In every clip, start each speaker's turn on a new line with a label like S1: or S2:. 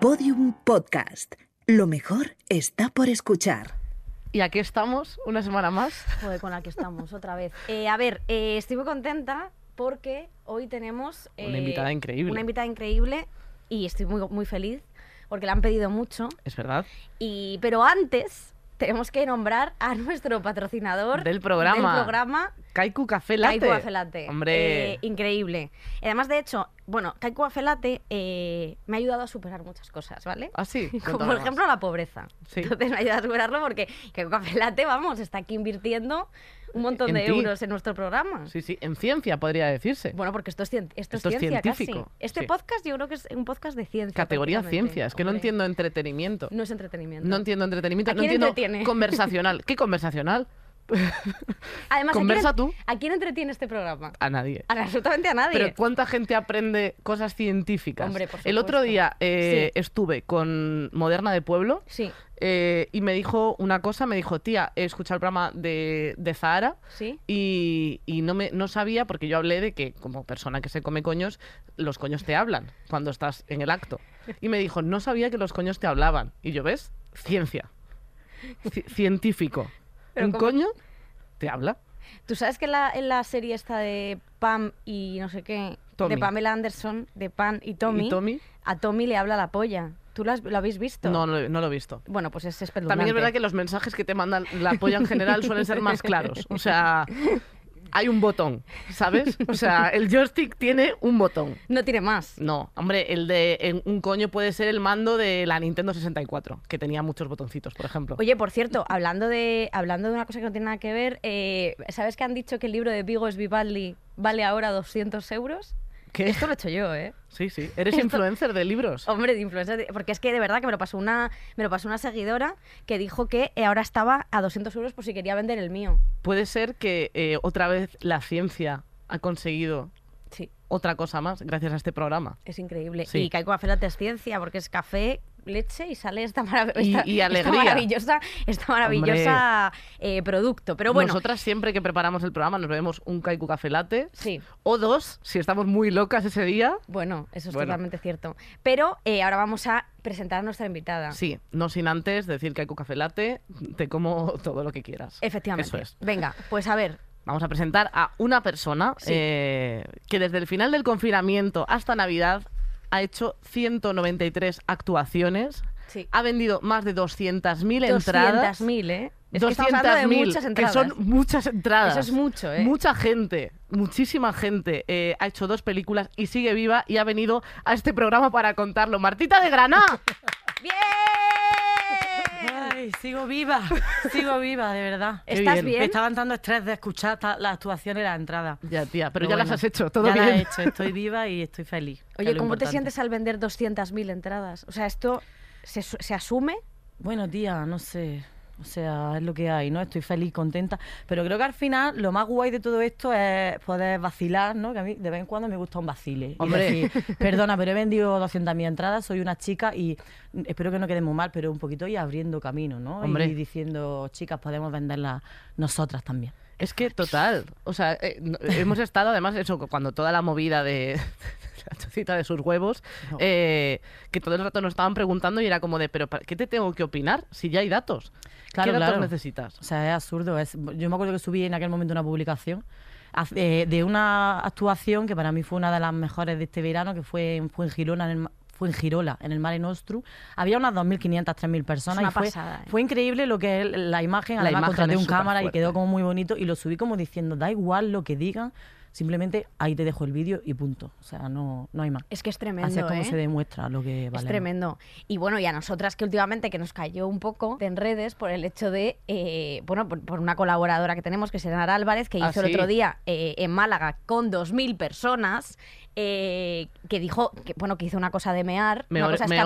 S1: Podium Podcast. Lo mejor está por escuchar.
S2: Y aquí estamos, una semana más.
S3: Joder, con la que estamos otra vez. Eh, a ver, eh, estoy muy contenta porque hoy tenemos...
S2: Una
S3: eh,
S2: invitada increíble.
S3: Una invitada increíble y estoy muy, muy feliz porque la han pedido mucho.
S2: Es verdad.
S3: Y, pero antes tenemos que nombrar a nuestro patrocinador
S2: Del programa.
S3: del programa,
S2: Kaiku Café Latte.
S3: Kaiku Café Latte.
S2: Hombre.
S3: Eh, increíble. Además, de hecho, bueno, Kaiku Café Latte eh, me ha ayudado a superar muchas cosas, ¿vale?
S2: Ah, sí.
S3: Como
S2: cuéntame
S3: por
S2: más.
S3: ejemplo la pobreza.
S2: Sí.
S3: Entonces me ayuda a superarlo porque que Café Latte, vamos, está aquí invirtiendo un montón
S2: En
S3: de
S2: ti.
S3: euros en nuestro programa.
S2: Sí, sí. En ciencia podría decirse.
S3: Bueno, porque esto es, cien- esto es
S2: Esto es
S3: ciencia
S2: científico,
S3: casi. Este
S2: sí.
S3: podcast yo creo que es un podcast de ciencia.
S2: Categoría
S3: prácticamente.
S2: ciencia. Es que no
S3: Hombre,
S2: entiendo entretenimiento.
S3: No es entretenimiento.
S2: No entiendo entretenimiento.
S3: ¿A
S2: no
S3: quién
S2: entiendo
S3: entretiene?
S2: conversacional. ¿Qué conversacional?
S3: Además, ¿a quién
S2: Conversa
S3: en-
S2: tú.
S3: ¿A quién entretiene este programa?
S2: A nadie.
S3: A absolutamente a nadie.
S2: Pero ¿cuánta gente aprende cosas científicas?
S3: Hombre, por
S2: El otro
S3: supuesto.
S2: día eh,
S3: Sí.
S2: estuve con Moderna de Pueblo
S3: Sí,
S2: eh, y me dijo una cosa, me dijo, tía, he escuchado el programa de, de Zahara
S3: sí.
S2: y, y no, me, no sabía, porque yo hablé de que como persona que se come coños, los coños te hablan cuando estás en el acto. Y me dijo, no sabía que los coños te hablaban. Y yo, ¿ves? Ciencia. Ci- científico.
S3: Pero
S2: Un
S3: ¿cómo?
S2: coño te habla.
S3: Tú sabes que en la, en la serie esta de Pam y no sé qué,
S2: Tommy.
S3: de Pamela Anderson, de Pam y Tommy,
S2: ¿Y Tommy?
S3: a Tommy le habla la polla. ¿Tú lo, has- lo habéis visto?
S2: No, no, lo- no lo he visto.
S3: Bueno, pues es espeluznante.
S2: También es verdad que los mensajes que te mandan la polla en general suelen ser más claros. O sea, hay un botón, ¿sabes? O sea, el joystick tiene un botón.
S3: No tiene más.
S2: No, hombre, el de en- un coño puede ser el mando de la Nintendo 64, que tenía muchos botoncitos, por ejemplo.
S3: Oye, por cierto, hablando de, hablando de una cosa que no tiene nada que ver, eh, ¿sabes que han dicho que el libro de Vigo es Vivaldi vale ahora 200 euros?
S2: ¿Qué?
S3: Esto lo he hecho yo, ¿eh?
S2: Sí, sí. Eres influencer de libros.
S3: Hombre, de influencer, de- porque es que de verdad que me lo pasó una, me lo pasó una seguidora que dijo que eh, ahora estaba a 200 euros por si quería vender el mío.
S2: Puede ser que eh, otra vez la ciencia ha conseguido
S3: Sí,
S2: otra cosa más gracias a este programa.
S3: es increíble.
S2: Sí.
S3: Y Caico Café Latte es ciencia, porque es café, leche y sale esta, marav-
S2: Y-
S3: esta-
S2: y
S3: esta
S2: alegría.
S3: maravillosa, esta maravillosa eh, producto. Pero bueno,
S2: Nosotras siempre que preparamos el programa nos bebemos un Kaiku Café Latte
S3: sí.
S2: o dos, si estamos muy locas ese día.
S3: Bueno, eso es
S2: Bueno.
S3: totalmente cierto. Pero eh, ahora vamos a presentar a nuestra invitada.
S2: Sí, no sin antes decir Kaiku Café Latte, te como todo lo que quieras.
S3: Efectivamente.
S2: Eso es.
S3: Venga, pues a ver.
S2: Vamos a presentar a una persona
S3: Sí.
S2: eh, que desde el final del confinamiento hasta Navidad ha hecho 193 actuaciones,
S3: Sí.
S2: ha vendido más Ah, de 200.000 entradas.
S3: 200.000, ¿eh? Es que estamos hablando
S2: 200.000,
S3: de muchas entradas.
S2: que son muchas entradas.
S3: Eso es mucho, ¿eh?
S2: Mucha gente, muchísima gente eh, ha hecho dos películas y sigue viva y ha venido a este programa para contarlo. Martita de Granada.
S3: ¡Bien!
S4: Ay, sigo viva, sigo viva, de verdad.
S2: Qué
S3: ¿Estás
S2: bien.
S3: bien?
S4: Me estaba dando estrés de escuchar ta- la actuación y la entrada.
S2: Ya, tía, pero,
S4: Pero
S2: ya las
S4: bueno,
S2: has hecho, todo
S4: ya
S2: bien.
S4: la he hecho, estoy viva y estoy feliz. que es
S3: Oye,
S4: lo
S3: ¿cómo te
S4: importante.
S3: sientes al vender 200.000 entradas? O sea, esto se, su- se asume.
S4: Bueno, tía, no sé. O sea, es lo que hay, ¿no? Estoy feliz, contenta. Pero creo que al final lo más guay de todo esto es poder vacilar, ¿no? Que a mí de vez en cuando me gusta un vacile. Y
S2: Hombre.
S4: decir, perdona, pero he vendido 200.000 entradas, soy una chica y espero que no quede muy mal, pero un poquito y abriendo camino, ¿no?
S2: Hombre.
S4: Y diciendo, chicas, podemos venderlas nosotras también.
S2: Es que total, o sea, eh, no- hemos estado además eso cuando toda la movida de la chocita de sus huevos,
S4: No.
S2: eh, que todo el rato nos estaban preguntando y era como de, pero ¿para ¿qué te tengo que opinar si ya hay datos?
S4: Claro,
S2: ¿Qué datos
S4: claro.
S2: necesitas?
S4: O sea, es absurdo. Es, yo me acuerdo que subí en aquel momento una publicación haz- eh, de una actuación que para mí fue una de las mejores de este verano, que fue en Fuengirola, en el, ma- Fuengirola, en el Mare Nostrum. Había unas 2.500, 3.000 personas.
S3: una
S4: y fue,
S3: pasada, ¿eh?
S4: fue increíble lo que es la imagen.
S2: La
S4: Además,
S2: imagen
S4: contraté
S2: es
S4: un cámara
S2: superfuerte.
S4: y quedó como muy bonito. Y lo subí como diciendo, da igual lo que digan, simplemente ahí te dejo el vídeo y punto. O sea, no, no hay más.
S3: Es que es tremendo.
S4: Así es como
S3: ¿eh?
S4: se demuestra lo que
S3: Es
S4: vale.
S3: tremendo. Y bueno, y a nosotras que últimamente que nos cayó un poco en redes por el hecho de, eh, bueno, por, por una colaboradora que tenemos, que es Eleonora Álvarez, que
S2: Ah,
S3: hizo
S2: sí.
S3: el otro día eh, en Málaga con 2.000 personas, eh, que dijo, que, bueno, que hizo una cosa de mear,
S2: Meo-
S3: una cosa
S2: meo-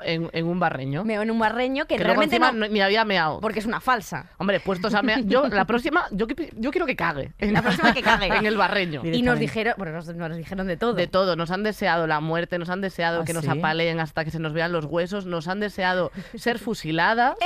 S2: meo en, en un barreño.
S3: meó en un barreño, que,
S2: eh. que luego
S3: realmente
S2: encima
S3: no,
S2: no- ni había meado.
S3: porque es una falsa.
S2: Hombre, puestos a mear. Yo, la próxima, yo, que- yo quiero que cague.
S3: La próxima que cague.
S2: en el barreño.
S3: Y nos
S4: Directamente.
S3: dijeron, bueno, nos, nos dijeron de todo.
S2: De todo, nos han deseado la muerte, nos han deseado
S4: ¿Ah,
S2: que nos
S4: sí?
S2: apaleen hasta que se nos vean los huesos, nos han deseado ser fusiladas.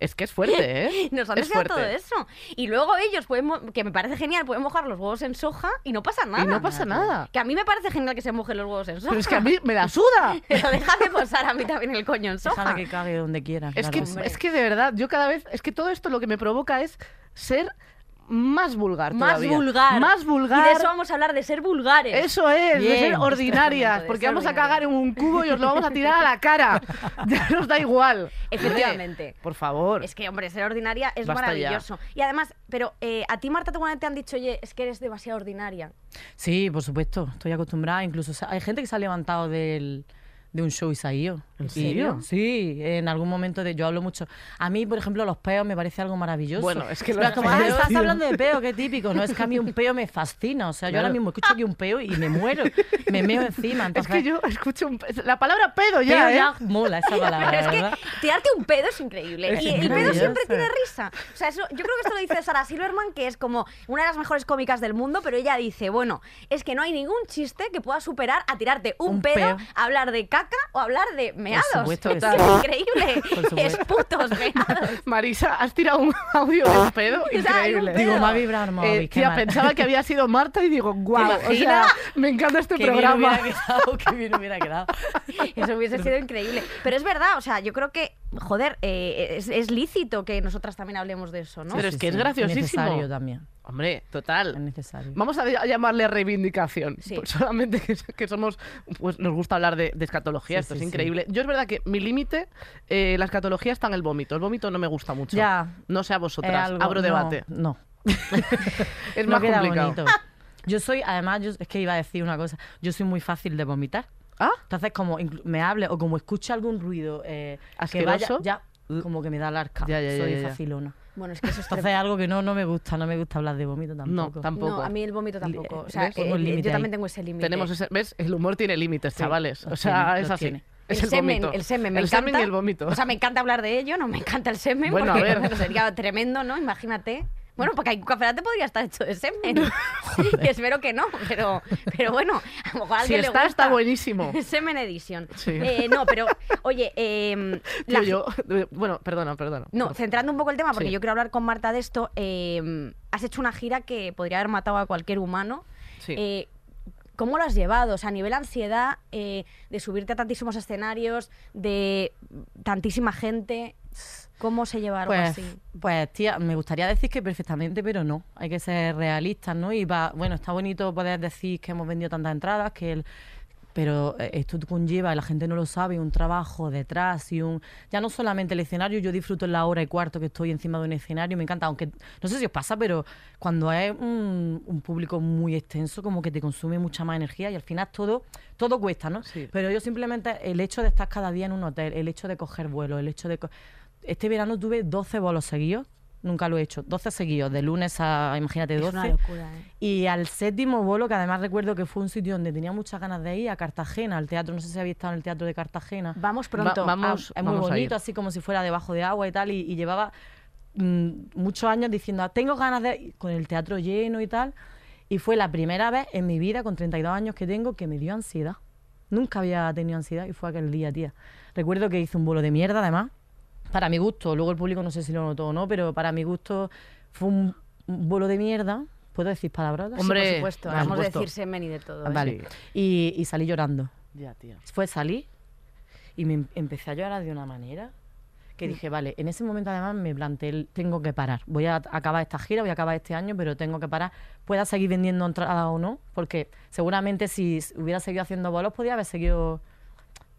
S2: Es que es fuerte, ¿eh?
S3: Nos han
S2: es
S3: deseado
S2: fuerte.
S3: todo eso. Y luego ellos pueden, mo- que me parece genial, pueden mojar los huevos en soja y no pasa nada.
S2: Y no pasa nada.
S3: Que a mí me parece genial que se mojen los huevos en soja.
S2: Pero es que a mí me la suda.
S3: Pero déjame posar a mí también el coño en soja.
S4: Déjala que cague donde quiera.
S2: Es
S4: claro.
S2: que,
S3: hombre.
S2: es que de verdad, yo cada vez, es que todo esto lo que me provoca es ser más vulgar.
S3: Más
S2: todavía.
S3: vulgar.
S2: Más vulgar.
S3: Y de eso vamos a hablar, de ser vulgares.
S2: Eso es, de
S4: Bien.
S2: ser ordinarias,
S3: De
S2: porque
S3: ser
S2: vamos a
S3: ordinarias.
S2: cagar en un cubo y os lo vamos a tirar a la cara. Ya nos da igual.
S3: Efectivamente.
S2: Por favor.
S3: Es que, hombre, ser ordinaria es
S2: Basta ya.
S3: maravilloso. Y además, pero eh, a ti, Marta, alguna vez te han dicho, oye, es que eres demasiado ordinaria.
S4: Sí, por supuesto, estoy acostumbrada. Incluso sa- hay gente que se ha levantado del, de un show y se ha ido.
S2: ¿En
S4: Y-
S2: serio?
S4: sí, en algún momento de, yo hablo mucho. A mí, por ejemplo, los peos me parece algo maravilloso.
S2: Bueno, es que
S4: Pero
S2: los
S4: como, ah,
S2: peos-
S4: estás hablando de peo, qué típico. No, es que a mí un peo me fascina. O sea, yo
S2: Claro.
S4: ahora mismo escucho aquí un peo y me muero. Me meo encima.
S2: Es
S4: Entonces,
S2: que yo escucho un- la palabra pedo
S4: peo
S2: ya, ¿eh?
S4: ya mola esa palabra,
S3: Pero es
S4: ¿verdad?
S3: que tirarte un pedo es increíble.
S2: Es
S3: y el pedo
S4: maravilloso.
S3: siempre tiene risa. O sea, eso, yo creo que esto lo dice Sara Silverman, que es como una de las mejores cómicas del mundo, pero ella dice, bueno, es que no hay ningún chiste que pueda superar a tirarte un,
S4: Un
S3: pedo,
S4: peo.
S3: hablar de caca o hablar de meados.
S4: supuesto que
S3: es
S4: sí.
S3: increíble.
S4: Por
S3: Es
S4: supuesto.
S3: putos meados.
S2: Marisa, has tirado un audio de
S4: Ah.
S2: un pedo
S3: O sea,
S2: increíble.
S3: un pedo.
S4: Digo, me ha vibrado el móvil,
S2: Eh,
S4: qué
S2: tía,
S4: mal.
S2: pensaba que había sido Marta y digo, guau, o sea,
S4: imaginas?
S2: me encanta este
S4: Qué bien
S2: programa.
S4: hubiera quedado, qué bien hubiera quedado.
S3: Eso hubiese sido increíble. Pero es verdad, o sea, yo creo que, joder, eh, es, es lícito que nosotras también hablemos de eso, ¿no?
S2: Pero es que es graciosísimo.
S4: necesario también.
S2: Hombre,
S4: Es
S2: total.
S4: necesario.
S2: Vamos a a llamarle reivindicación.
S3: Sí.
S2: Pues solamente que, que somos, pues nos gusta hablar de, de escatología,
S4: Sí,
S2: esto
S4: sí,
S2: es
S4: sí.
S2: increíble. Yo es verdad que mi límite, eh, la escatología está en el vómito. El vómito no me gusta mucho.
S4: Ya.
S2: No sé a
S4: Es
S2: vosotras,
S4: Eh, algo-
S2: abro
S4: no,
S2: debate.
S4: No,
S2: Es
S4: no
S2: más
S4: queda
S2: complicado.
S4: bonito. Yo soy, además, yo, es que iba a decir una cosa. Yo soy muy fácil de vomitar.
S2: ¿Ah?
S4: Entonces, como inclu- me hable o como escuche algún ruido eh, que vaya,
S2: Asqueroso.
S4: ya, como que me da el arca.
S2: Ya, ya, ya,
S4: soy
S2: ya, ya.
S4: facilona.
S3: Bueno, es que eso es
S4: Entonces, algo que no, no me gusta, no me gusta hablar de vómito
S2: No,
S4: tampoco.
S2: tampoco.
S3: No, a mí el vómito tampoco. O sea,
S2: ¿Ves?
S3: eh,
S4: Un límite
S3: yo también
S4: ahí.
S3: tengo ese límite.
S2: Tenemos ese, ¿Ves? El humor tiene límites,
S4: Sí,
S2: chavales.
S4: los
S2: O sea,
S4: tiene,
S2: es
S4: los
S2: así.
S4: tiene.
S2: Es
S3: el,
S2: el
S3: semen,
S2: vómito.
S3: el semen, me
S2: El
S3: encanta.
S2: semen y el vómito.
S3: O sea, me encanta hablar de ello, no me encanta el semen.
S2: Bueno, a
S3: porque,
S2: ver.
S3: bueno, sería tremendo, ¿no? Imagínate. Bueno, porque un café latte podría estar hecho de semen. Y espero que no, pero, pero bueno, a lo mejor a
S2: si
S3: alguien le
S2: está,
S3: gusta.
S2: está buenísimo.
S3: Semen Edition.
S2: Sí.
S3: Eh, no, pero, oye, eh, la
S2: Tío, yo, bueno, perdona, perdona.
S3: No, centrando un poco el tema, porque
S2: Sí.
S3: yo quiero hablar con Marta de esto. eh, has hecho una gira que podría haber matado a cualquier humano.
S2: Sí.
S3: Eh, ¿Cómo lo has llevado? O sea, a nivel ansiedad, eh, de subirte a tantísimos escenarios, de tantísima gente, ¿cómo se lleva algo
S4: Pues,
S3: así?
S4: pues, tía, me gustaría decir que perfectamente, pero no. Hay que ser realistas, ¿no? Y va, bueno, está bonito poder decir que hemos vendido tantas entradas, que el, pero eh, esto conlleva, y la gente no lo sabe, un trabajo detrás y un... Ya no solamente el escenario, yo disfruto la hora y cuarto que estoy encima de un escenario, me encanta, aunque no sé si os pasa, pero cuando es un, un público muy extenso, como que te consume mucha más energía y al final todo, todo cuesta, ¿no?
S2: Sí.
S4: Pero yo simplemente, el hecho de estar cada día en un hotel, el hecho de coger vuelo, el hecho de... co- Este verano tuve 12 bolos seguidos, nunca lo he hecho, 12 seguidos, de lunes a, imagínate, 12.
S3: Es una locura, ¿eh?
S4: Y al séptimo bolo, que además recuerdo que fue un sitio donde tenía muchas ganas de ir, a Cartagena, al teatro, no sé si habéis estado en el teatro de Cartagena.
S3: Vamos pronto.
S2: Va- vamos-
S4: Ah, es muy
S2: vamos a
S4: bonito,
S2: ir.
S4: así como si fuera debajo de agua y tal, y, y llevaba mm, muchos años diciendo, "Ah, tengo ganas de ir", con el teatro lleno y tal, y fue la primera vez en mi vida, con 32 años que tengo, que me dio ansiedad. Nunca había tenido ansiedad y fue aquel día, tía. Recuerdo que hice un bolo de mierda, además, para mi gusto, luego el público no sé si lo notó o no, pero para mi gusto fue un, un bolo de mierda. ¿Puedo decir palabrotas?
S2: Hombre,
S3: sí, por supuesto.
S2: por
S3: Vamos a
S2: supuesto.
S3: decir semen y de todo. ¿eh?
S4: Vale. Y, y salí llorando.
S2: Ya, tía.
S4: Fue salí y me em- empecé a llorar de una manera que
S2: Mm.
S4: dije, vale, en ese momento además me planteé, el, tengo que parar. Voy a acabar esta gira, voy a acabar este año, pero tengo que parar. Pueda seguir vendiendo entradas o no, porque seguramente si s- hubiera seguido haciendo bolos podía haber seguido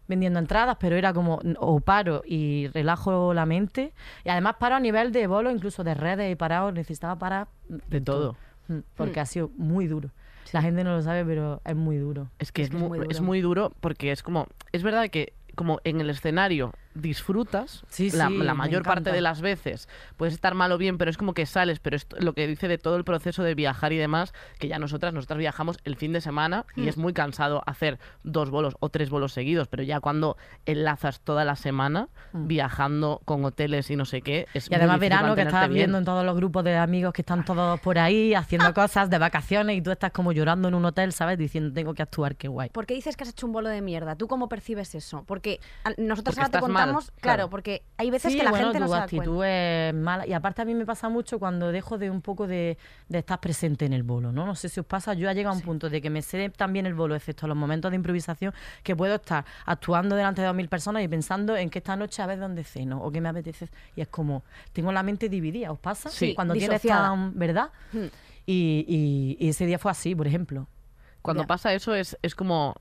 S4: vendiendo entradas, pero era como, n- o paro y relajo la mente. Y además paro a nivel de bolos, incluso de redes y parado, necesitaba parar. mm,
S2: De todo.
S4: Mm, Porque ha sido muy duro. La gente no lo sabe, pero es muy duro.
S2: Es que, es,
S3: que es
S2: mu-
S3: muy
S2: es muy
S3: duro.
S2: duro. porque es como, es verdad que como en el escenario disfrutas
S4: Sí,
S2: la,
S4: sí,
S2: la
S4: me
S2: mayor parte
S4: encanta.
S2: de las veces puedes estar mal o bien pero es como que sales pero es lo que dice de todo el proceso de viajar y demás que ya nosotras nosotras viajamos el fin de semana
S4: Hmm.
S2: y es muy cansado hacer dos bolos o tres bolos seguidos pero ya cuando enlazas toda la semana viajando con hoteles y no sé qué es
S4: Hmm. Y además
S2: muy difícil
S4: verano que
S2: mantenerte
S4: estás
S2: bien. Ah.
S4: viendo en todos los grupos de amigos que están todos por ahí haciendo cosas de vacaciones y tú estás como llorando en un hotel, ¿sabes? Diciendo tengo que actuar, qué guay.
S3: ¿Por qué dices que has hecho un bolo de mierda? ¿Tú cómo percibes eso? Porque a- nosotros
S2: Porque
S3: ahora te
S2: estás
S3: contamos estamos, claro, porque hay veces
S4: Sí,
S3: que la
S4: bueno,
S3: gente no
S4: tu
S3: se da
S4: actitud
S3: cuenta.
S4: es mala. Y aparte a mí me pasa mucho cuando dejo de un poco de, de estar presente en el bolo, ¿no? No sé si os pasa, yo he llegado a un punto de que me sé también el bolo, excepto los momentos de improvisación, que puedo estar actuando delante de 2.000 personas y pensando en que esta noche a ver dónde ceno o qué me apetece. Y es como, tengo la mente dividida, ¿os pasa?
S2: Sí.
S4: Cuando tienes
S3: Disociada. Hmm.
S4: tan, ¿verdad? Y, y- y ese día fue así, por ejemplo.
S2: Cuando
S3: Ya.
S2: pasa eso es, es como...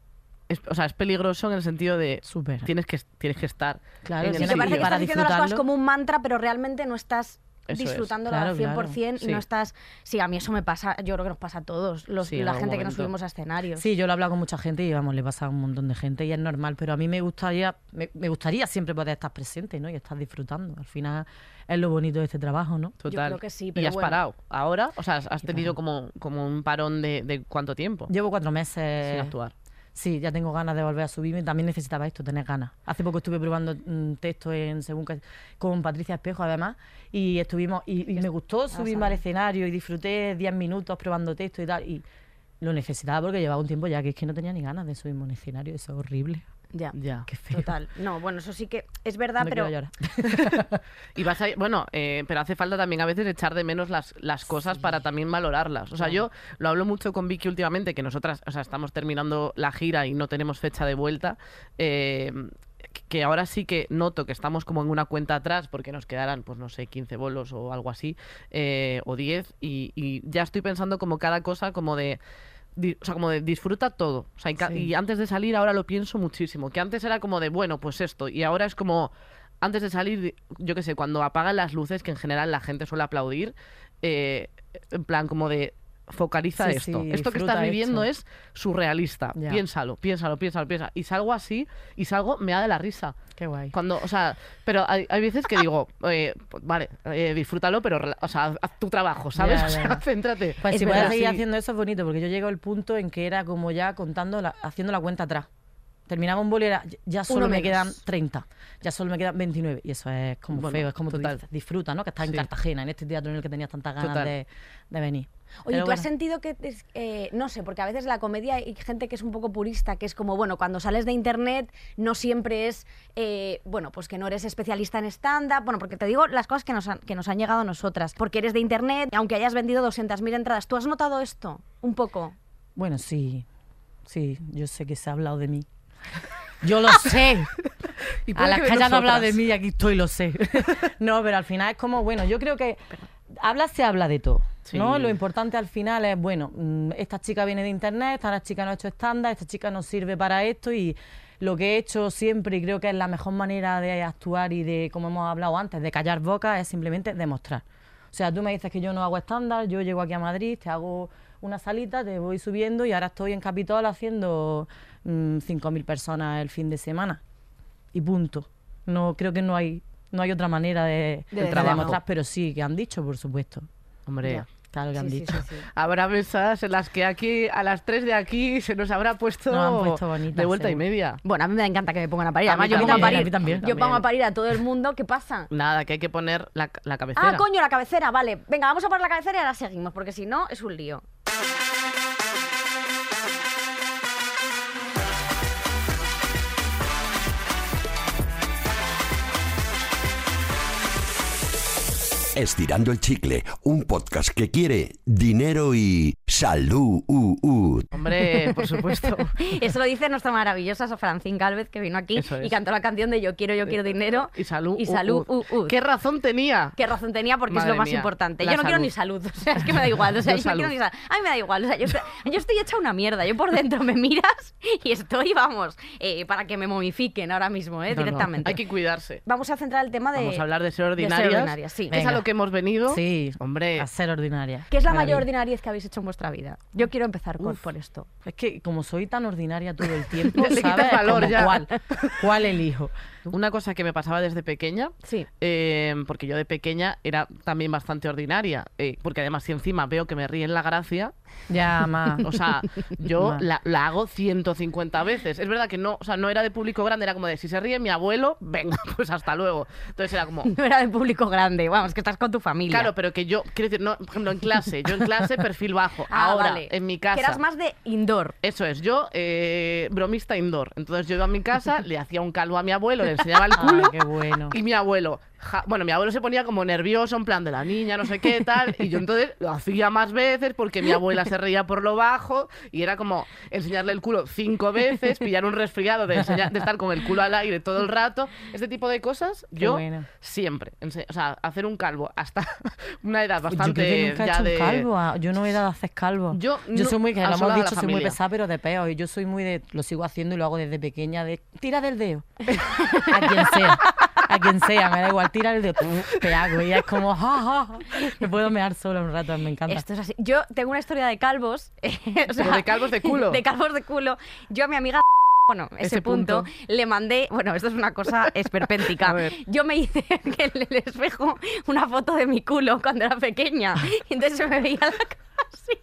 S2: es- o sea, es peligroso en el sentido de...
S4: Súper.
S2: Tienes que, tienes que estar.
S4: Claro,
S2: en el
S3: Y
S4: sí,
S3: te
S4: me
S2: sitio.
S3: parece que
S4: para
S3: estás diciendo las cosas
S4: disfrutarlo.
S3: como un mantra, pero realmente no estás
S2: Eso es.
S3: disfrutándolo
S4: Claro,
S3: al
S4: claro.
S3: 100% y
S2: Sí.
S3: no estás... Sí, a mí eso me pasa, yo creo que nos pasa a todos, los-
S2: Sí, en
S3: la
S2: algún
S3: gente que nos
S2: momento.
S3: subimos a escenarios.
S4: Sí, yo lo he hablado con mucha gente y vamos, le pasa a un montón de gente y es normal, pero a mí me gustaría, me, me gustaría siempre poder estar presente, ¿no? Y estar disfrutando. Al final es lo bonito de este trabajo, ¿no?
S2: Total.
S3: creo que sí,
S2: y
S3: pero
S2: has
S3: bueno.
S2: parado. Ahora, o sea, has- has
S4: Y
S2: tenido como, como un parón de, de cuánto tiempo
S4: Llevo cuatro meses
S2: sin actuar.
S4: Sí, ya tengo ganas de volver a subirme. También necesitaba esto, tener ganas. Hace poco estuve probando mm, texto en según qué- con Patricia Espejo, además, y estuvimos y, y me gustó
S2: Ah,
S4: subirme al escenario y disfruté 10 minutos probando texto y tal. Y lo necesitaba porque llevaba un tiempo ya que es que no tenía ni ganas de subirme a un escenario. Eso es horrible.
S3: Ya,
S2: Ya. Ah,
S4: Qué feo.
S3: total. No, bueno, eso sí que es verdad,
S4: No
S3: pero...
S4: quiero llorar.
S2: Y vas a, bueno, eh, pero hace falta también a veces echar de menos las, las cosas para también valorarlas. O sea, yo lo hablo mucho con Vicky últimamente, que nosotras, o sea, estamos terminando la gira y no tenemos fecha de vuelta. eh, que ahora sí que noto que estamos como en una cuenta atrás porque nos quedarán, pues no sé, 15 bolos o algo así, eh, o 10, y, y ya estoy pensando como cada cosa como de... di- O sea, como de disfruta todo. O sea, y, ca-
S4: Sí.
S2: y antes de salir ahora lo pienso muchísimo. Que antes era como de, bueno, pues esto. Y ahora es como, antes de salir, yo qué sé, cuando apagan las luces, que en general la gente suele aplaudir, eh, en plan como de focaliza
S4: Sí,
S2: esto.
S4: sí,
S2: esto que
S4: disfruta
S2: estás
S4: esto.
S2: viviendo es surrealista.
S4: Ya.
S2: Piénsalo, piénsalo, piénsalo, piénsalo. Y salgo así y salgo, me da de la risa.
S4: Qué guay.
S2: Cuando, o sea, pero hay, hay veces que digo, eh, pues vale, eh, disfrútalo, pero, rela- o sea, haz tu trabajo, ¿sabes?
S4: Ya,
S2: O
S4: ya.
S2: sea, céntrate.
S4: Pues
S3: Es
S4: si puedes
S3: verdad,
S4: seguir
S2: sí.
S4: haciendo eso es bonito, porque yo llego al punto en que era como ya contando, la- haciendo la cuenta atrás. Terminaba un boli, era, ya solo
S3: Uno
S4: me
S3: menos.
S4: quedan 30, ya solo me quedan 29. Y eso es como
S2: Bueno,
S4: feo, es como tú
S2: total.
S4: dices, disfruta, ¿no? Que estás en
S2: Sí.
S4: Cartagena, en este teatro en el que tenías tantas ganas
S2: Total.
S4: de, de venir.
S3: Oye,
S4: Pero
S3: ¿tú has
S4: bueno.
S3: sentido que, es- eh, no sé, porque a veces la comedia hay gente que es un poco purista, que es como, bueno, cuando sales de internet no siempre es, eh, bueno, pues que no eres especialista en stand-up, bueno, porque te digo las cosas que nos han, que nos han llegado a nosotras, porque eres de internet, aunque hayas vendido 200.000 entradas, ¿tú has notado esto? Un poco.
S4: Bueno, sí, sí, yo sé que se ha hablado de mí. Yo lo sé.
S2: Y
S4: A
S2: puede
S4: las
S2: que
S4: que
S2: de
S4: hayan hablado de
S2: nosotras.
S4: mí y aquí estoy, lo sé. no, pero al final es como, bueno, yo creo que habla se habla de todo. ¿no?
S2: Sí.
S4: Lo importante al final es, bueno, mm, esta chica viene de internet, esta chica no ha hecho estándar, esta chica no sirve para esto y lo que he hecho siempre y creo que es la mejor manera de actuar y de, como hemos hablado antes, de callar bocas es simplemente demostrar. O sea, tú me dices que yo no hago estándar, yo llego aquí a Madrid, te hago una salita, te voy subiendo y ahora estoy en Capitol haciendo mm, 5.000 personas el fin de semana y punto. No creo que no hay no hay otra manera de,
S3: De
S4: de
S2: trabajo.
S4: demostrar, pero sí que han dicho, por supuesto.
S2: Hombre,
S3: Ya.
S4: Claro que han
S3: Sí, sí,
S4: dicho.
S3: sí, sí.
S2: Habrá mesas en las que aquí a las 3 de aquí se nos habrá puesto,
S4: Nos han puesto bonitas,
S2: de vuelta y
S4: seguro.
S2: media.
S3: Bueno, a mí me encanta que me pongan a parir.
S2: A
S3: Además,
S2: mí
S3: yo pongo a
S2: también,
S3: parir.
S4: a mí también.
S3: Yo pongo a
S2: También.
S3: parir a todo el mundo. ¿Qué pasa?
S2: Nada, que hay que poner la, la cabecera.
S3: Ah, coño, la cabecera, vale. Venga, vamos a parar la cabecera y ahora seguimos, porque si no, es un lío.
S5: Estirando el chicle, un podcast que quiere dinero y salud. uh, uh.
S2: Hombre, por supuesto.
S3: Eso lo dice nuestra maravillosa Francín Galvez, que vino aquí
S2: Eso
S3: y
S2: es.
S3: cantó la canción de Yo quiero, yo quiero dinero.
S2: Y salud.
S3: Y
S2: uh,
S3: salud.
S2: uh.
S3: uh, uh.
S2: ¿Qué razón tenía?
S3: Qué razón tenía porque es
S2: Madre
S3: lo más
S2: mía,
S3: importante. Yo
S2: la
S3: no quiero
S2: salud.
S3: ni salud, o sea, es que me da igual, o sea,
S2: Yo
S3: yo, no quiero
S2: salud.
S3: ni salud. A mí me da igual, o sea, yo, estoy- yo estoy hecha una mierda, yo por dentro me miras y estoy, vamos, eh, para que me momifiquen ahora mismo, eh,
S2: No, no,
S3: directamente.
S2: Hay que cuidarse.
S3: Vamos a centrar el tema de...
S2: Vamos a hablar de ser
S3: de
S2: ordinarias.
S3: ordinarias, sí.
S2: Es
S4: Venga.
S2: a lo que hemos venido.
S4: Sí,
S2: Hombre,
S4: a ser ordinaria.
S3: ¿Qué es la
S4: Maravilla.
S3: mayor ordinariez que habéis hecho en vuestra vida? Yo quiero empezar con,
S2: Uf.
S3: por esto.
S4: Es que como soy tan ordinaria todo el tiempo,
S2: Le
S4: ¿sabes?
S2: quitas
S4: Es
S2: valor
S4: como,
S2: ya.
S4: ¿cuál, ¿Cuál elijo?
S2: una cosa que me pasaba desde pequeña
S3: Sí.
S2: eh, porque yo de pequeña era también bastante ordinaria, eh, porque además si encima veo que me ríen la gracia,
S4: Ya, más.
S2: o sea, yo
S4: Mal.
S2: la, la hago 150 veces. Es verdad que no, o sea, no era de público grande, era como de si se ríe mi abuelo, venga, pues hasta luego. Entonces era como,
S3: No era de público grande, vamos, que estás con tu familia.
S2: claro, pero que yo, quiero decir, no, por ejemplo, en clase, yo en clase perfil bajo.
S3: Ah, Ah,
S2: Ahora,
S3: vale.
S2: en mi casa.
S3: Que eras más de indoor.
S2: Eso es, yo, eh, bromista indoor. Entonces yo iba a mi casa, le hacía un calvo a mi abuelo, le enseñaba el
S4: Ay,
S2: culo.
S4: Ah, qué bueno.
S2: Y mi abuelo, ja- bueno, mi abuelo se ponía como nervioso, en plan de la niña, no sé qué, tal. Y yo entonces lo hacía más veces porque mi abuela se reía por lo bajo y era como enseñarle el culo cinco veces, pillar un resfriado, de, enseñar- de estar con el culo al aire todo el rato. Este tipo de cosas,
S4: Qué
S2: yo
S4: bueno.
S2: siempre. ense- O sea, hacer un calvo hasta una edad
S4: Pues
S2: bastante.
S4: yo creo que nunca he
S2: ya
S4: hecho
S2: de...
S4: un calvo. ah, Yo no he dado a hacer calvo.
S2: Yo no-
S4: soy muy, que
S2: al
S4: lo
S2: soldado
S4: hemos
S2: de la
S4: dicho, soy muy
S2: familia.
S4: pesada, pero de peo. Y yo soy muy de. Lo sigo haciendo y lo hago desde pequeña, de. Tira del dedo. a quien sea. A quien sea, me da igual. Tira del dedo. Te hago. Y es como. ja, ja, ja. Me puedo mear solo un rato, me encanta.
S3: Esto es así. Yo tengo una historia de calvos. eh, o sea,
S2: Pero de calvos de culo.
S3: De calvos de culo. Yo a mi amiga. Bueno, ese,
S2: Ese
S3: punto,
S2: punto.
S3: le mandé. Bueno, esto es una cosa esperpéntica.
S2: A ver.
S3: Yo me hice en el espejo una foto de mi culo cuando era pequeña. Y entonces se me veía la cara así.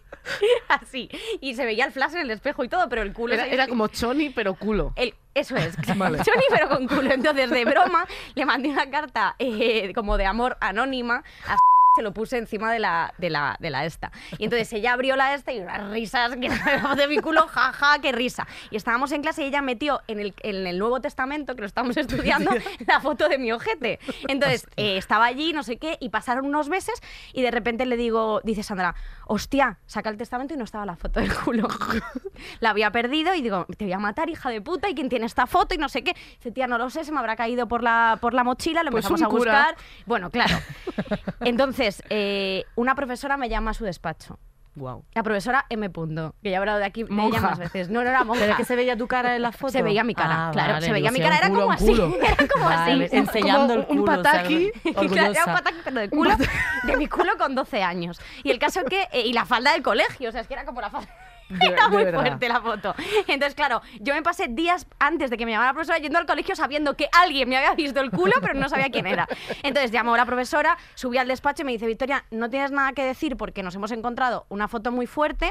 S3: Así. Y se veía el flash en el espejo y todo, pero el culo.
S2: Era,
S3: se-
S2: era como Choni, pero culo.
S3: el- eso es, Johnny pero con culo. Entonces, de broma, le mandé una carta eh, como de amor anónima a se lo puse encima de la, de la, de la esta. Y entonces ella abrió la esta y unas risas que de mi culo, jaja, qué risa. Y estábamos en clase y ella metió en el, en el Nuevo Testamento, que lo estamos estudiando, la foto de mi ojete. Entonces eh, estaba allí, no sé qué, y pasaron unos meses y de repente le digo, dice Sandra, hostia, saca el testamento y no estaba la foto del culo. la había perdido y digo, te voy a matar, hija de puta, y quién tiene esta foto y no sé qué. Dice, tía, no lo sé, se me habrá caído por la, por la mochila, lo
S2: Pues
S3: empezamos
S2: un
S3: a
S2: cura.
S3: buscar. Bueno, claro. Entonces, eh, una profesora me llama a su despacho.
S2: Wow.
S3: La profesora M. Punto, que ya he hablado de aquí de ella
S2: Monja.
S3: más veces. No, no era monja.
S4: ¿Pero es que se veía tu cara en la foto?
S3: Se veía mi cara,
S4: Ah,
S3: claro.
S4: vale,
S3: se veía
S4: digo,
S3: mi
S4: si
S3: cara,
S4: un
S3: era
S4: culo,
S3: como
S4: un
S3: así.
S4: culo.
S3: Era como
S4: Vale,
S3: así.
S2: Como
S4: Enseñando el
S2: un
S4: culo. o sea,
S2: pataki.
S3: Claro, era un
S4: orgullosa.
S3: pataki, pero de culo, de mi culo con 12 años. Y el caso que, eh, y la falda del colegio, o sea, es que era como la falda. Era
S2: de
S3: muy
S2: verdad.
S3: fuerte la foto. Entonces, claro, yo me pasé días antes de que me llamara la profesora yendo al colegio sabiendo que alguien me había visto el culo, pero no sabía quién era. Entonces llamó la profesora, subí al despacho y me dice, Victoria, no tienes nada que decir porque nos hemos encontrado una foto muy fuerte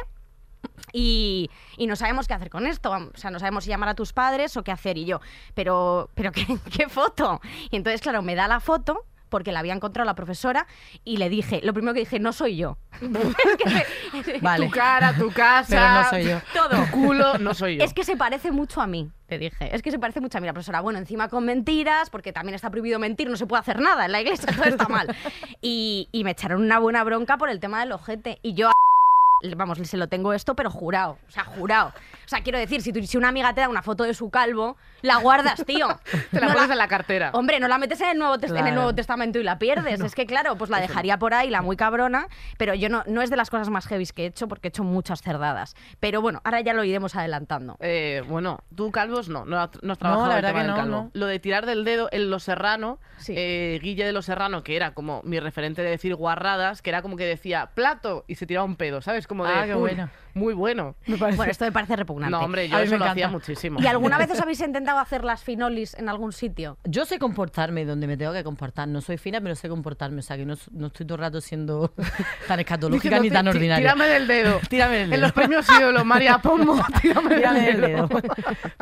S3: y, y no sabemos qué hacer con esto. vam- O sea, no sabemos si llamar a tus padres o qué hacer. Y yo, pero, pero ¿qué, qué foto? Y entonces, claro, me da la foto porque la había encontrado la profesora y le dije, lo primero que dije, no soy yo. Es que se-
S4: Vale.
S2: Tu cara, tu casa.
S4: Pero no soy yo.
S3: Todo.
S2: Tu culo, no soy yo.
S3: Es que se parece mucho a mí, te dije. Es que se parece mucho a mí la profesora. Bueno, encima con mentiras, porque también está prohibido mentir, no se puede hacer nada en la iglesia, todo está mal. Y, y me echaron una buena bronca por el tema del ojete. Y yo, a vamos, se lo tengo esto, pero jurado. O sea, jurado. O sea, quiero decir, si, tú- si una amiga te da una foto de su calvo, la guardas, tío.
S2: Te la
S3: No
S2: pones en la cartera.
S3: Hombre, no la metes en el Nuevo, Test- en el
S4: Claro.
S3: Nuevo Testamento y la pierdes. Es que, claro, pues la dejaría por ahí, la muy cabrona. Pero yo no, no es de las cosas más heavies que he hecho porque he hecho muchas cerdadas. Pero bueno, ahora ya lo iremos adelantando.
S2: Eh, bueno, tú calvos no, no, ha- no has trabajado
S4: la
S2: el
S4: verdad
S2: tema
S4: que
S2: del
S4: no,
S2: calvo.
S4: no.
S2: Lo de tirar del dedo en Los Serrano,
S3: Sí.
S2: eh, Guille de Los Serrano, que era como mi referente de decir guarradas, que era como que decía plato y se tiraba un pedo, ¿sabes? Como de,
S4: Ah, qué
S2: "Uy,
S4: bueno".
S2: muy bueno.
S3: Bueno, esto me parece repugnante.
S2: No, hombre,
S4: A
S2: yo
S4: mí
S2: eso
S4: me
S2: lo hacía
S4: encanta.
S2: muchísimo.
S3: ¿Y alguna vez os habéis intentado hacer las finolis en algún sitio?
S4: Yo sé comportarme donde me tengo que comportar. No soy fina, pero sé comportarme. O sea, que no, no estoy todo el rato siendo tan escatológica
S2: Diciéndote,
S4: ni tan
S2: "Tí-
S4: ordinaria.
S2: Tírame del dedo.
S4: Tírame del
S2: En
S4: dedo.
S2: los premios ídolos, María Pombo, tírame,
S4: Tírame del dedo.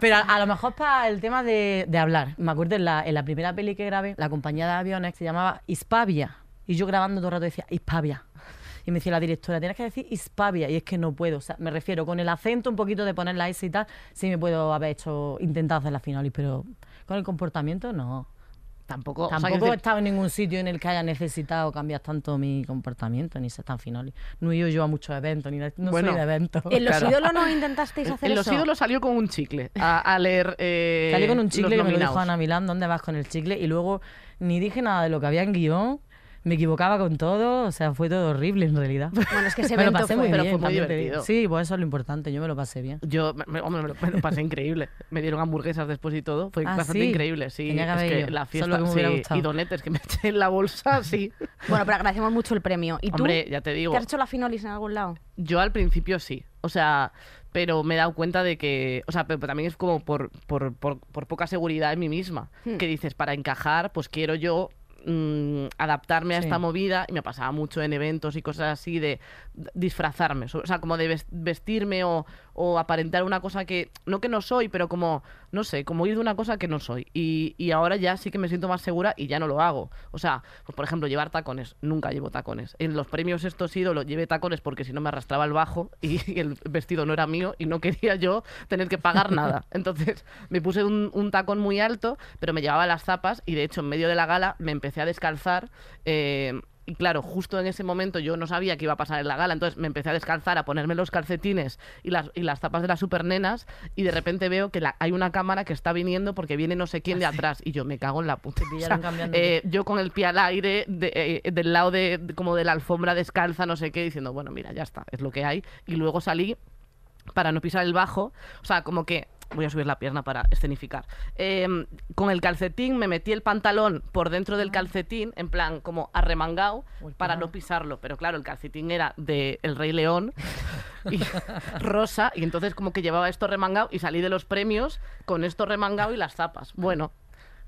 S4: Pero a, a lo mejor para el tema de, de hablar. Me acuerdo en la, en la primera peli que grabé, la compañía de aviones se llamaba Hispavia. Y yo grabando todo el rato decía Hispavia. Y me decía la directora, tienes que decir Hispavia. Y es que no puedo. O sea, me refiero con el acento un poquito de poner la S y tal. Sí me puedo haber hecho, intentado hacer la final, pero con el comportamiento no.
S2: Tampoco, o sea,
S4: Tampoco
S2: quiero
S4: he
S2: decir,
S4: estado en ningún sitio en el que haya necesitado cambiar tanto mi comportamiento, ni ser tan final. No he ido yo a muchos eventos, ni de- no
S2: Bueno,
S4: soy de eventos.
S3: ¿En los
S2: Claro.
S3: ídolos no intentasteis hacer
S2: en Los
S3: eso?
S2: Ídolos salió con un chicle a, a leer eh,
S4: Salí con un
S2: los
S4: chicle que me lo dijo
S2: nominados.
S4: Ana Milán, ¿dónde vas con el chicle? Y luego ni dije nada de lo que había en guión, me equivocaba con todo, o sea, fue todo horrible en realidad.
S3: Bueno, es que ese
S4: me lo
S3: evento
S4: pasé
S3: fue-
S4: muy
S2: pero
S4: bien,
S2: fue muy
S4: también te digo.
S2: divertido.
S4: Sí, pues eso es lo importante, yo me lo pasé bien.
S2: Yo, me- me- hombre, me lo, me lo pasé increíble. Me dieron hamburguesas después y todo. Fue
S4: Ah,
S2: bastante
S4: sí.
S2: increíble, sí.
S4: Tenía que
S2: es
S4: haber
S2: que
S4: ido.
S2: la
S4: Eso es
S2: fiesta
S4: lo que me hubiera
S2: sí,
S4: gustado.
S2: y donetes que me eché en la bolsa, sí.
S3: Bueno, pero agradecemos mucho el premio. ¿Y tú?
S2: Hombre, ya te digo,
S3: ¿Te has hecho la finolis en algún lado?
S2: yo al principio sí. O sea, pero me he dado cuenta de que. O sea, pero, pero también es como por, por, por- por poca seguridad en mí misma.
S3: Hmm.
S2: Que dices, para encajar, pues quiero yo mm, adaptarme a
S4: Sí.
S2: esta movida. Y me pasaba mucho en eventos y cosas así de disfrazarme. O sea, como de ves- vestirme o, o aparentar una cosa que. No que no soy, pero como. no sé, como ir de una cosa que no soy. Y, y ahora ya sí que me siento más segura y ya no lo hago. O sea, pues, por ejemplo, llevar tacones. Nunca llevo tacones. En los premios estos ídolos llevé tacones porque si no me arrastraba el bajo y, y el vestido no era mío y no quería yo tener que pagar nada. Entonces me puse un, un tacón muy alto, pero me llevaba las zapas y de hecho en medio de la gala me empecé a descalzar. eh, y claro, justo en ese momento yo no sabía qué iba a pasar en la gala, entonces me empecé a descalzar, a ponerme los calcetines y las, y las tapas de las supernenas, y de repente veo que la- hay una cámara que está viniendo porque viene no sé quién de atrás, y yo me cago en la puta.
S4: Ah, Te pillaron cambiando.
S2: eh, yo con el pie al aire, de- eh, del lado de, de- como de la alfombra descalza, no sé qué, diciendo, bueno, mira, ya está, es lo que hay. Y luego salí para no pisar el bajo, o sea, como que voy a subir la pierna para escenificar. Eh, con el calcetín me metí el pantalón por dentro del calcetín, en plan como arremangado,
S4: Ah. Uy, qué
S2: para
S4: mal.
S2: no pisarlo. Pero claro, el calcetín era de El Rey León, y rosa, y entonces como que llevaba esto remangado y salí de los premios con esto remangado y las zapas. Bueno.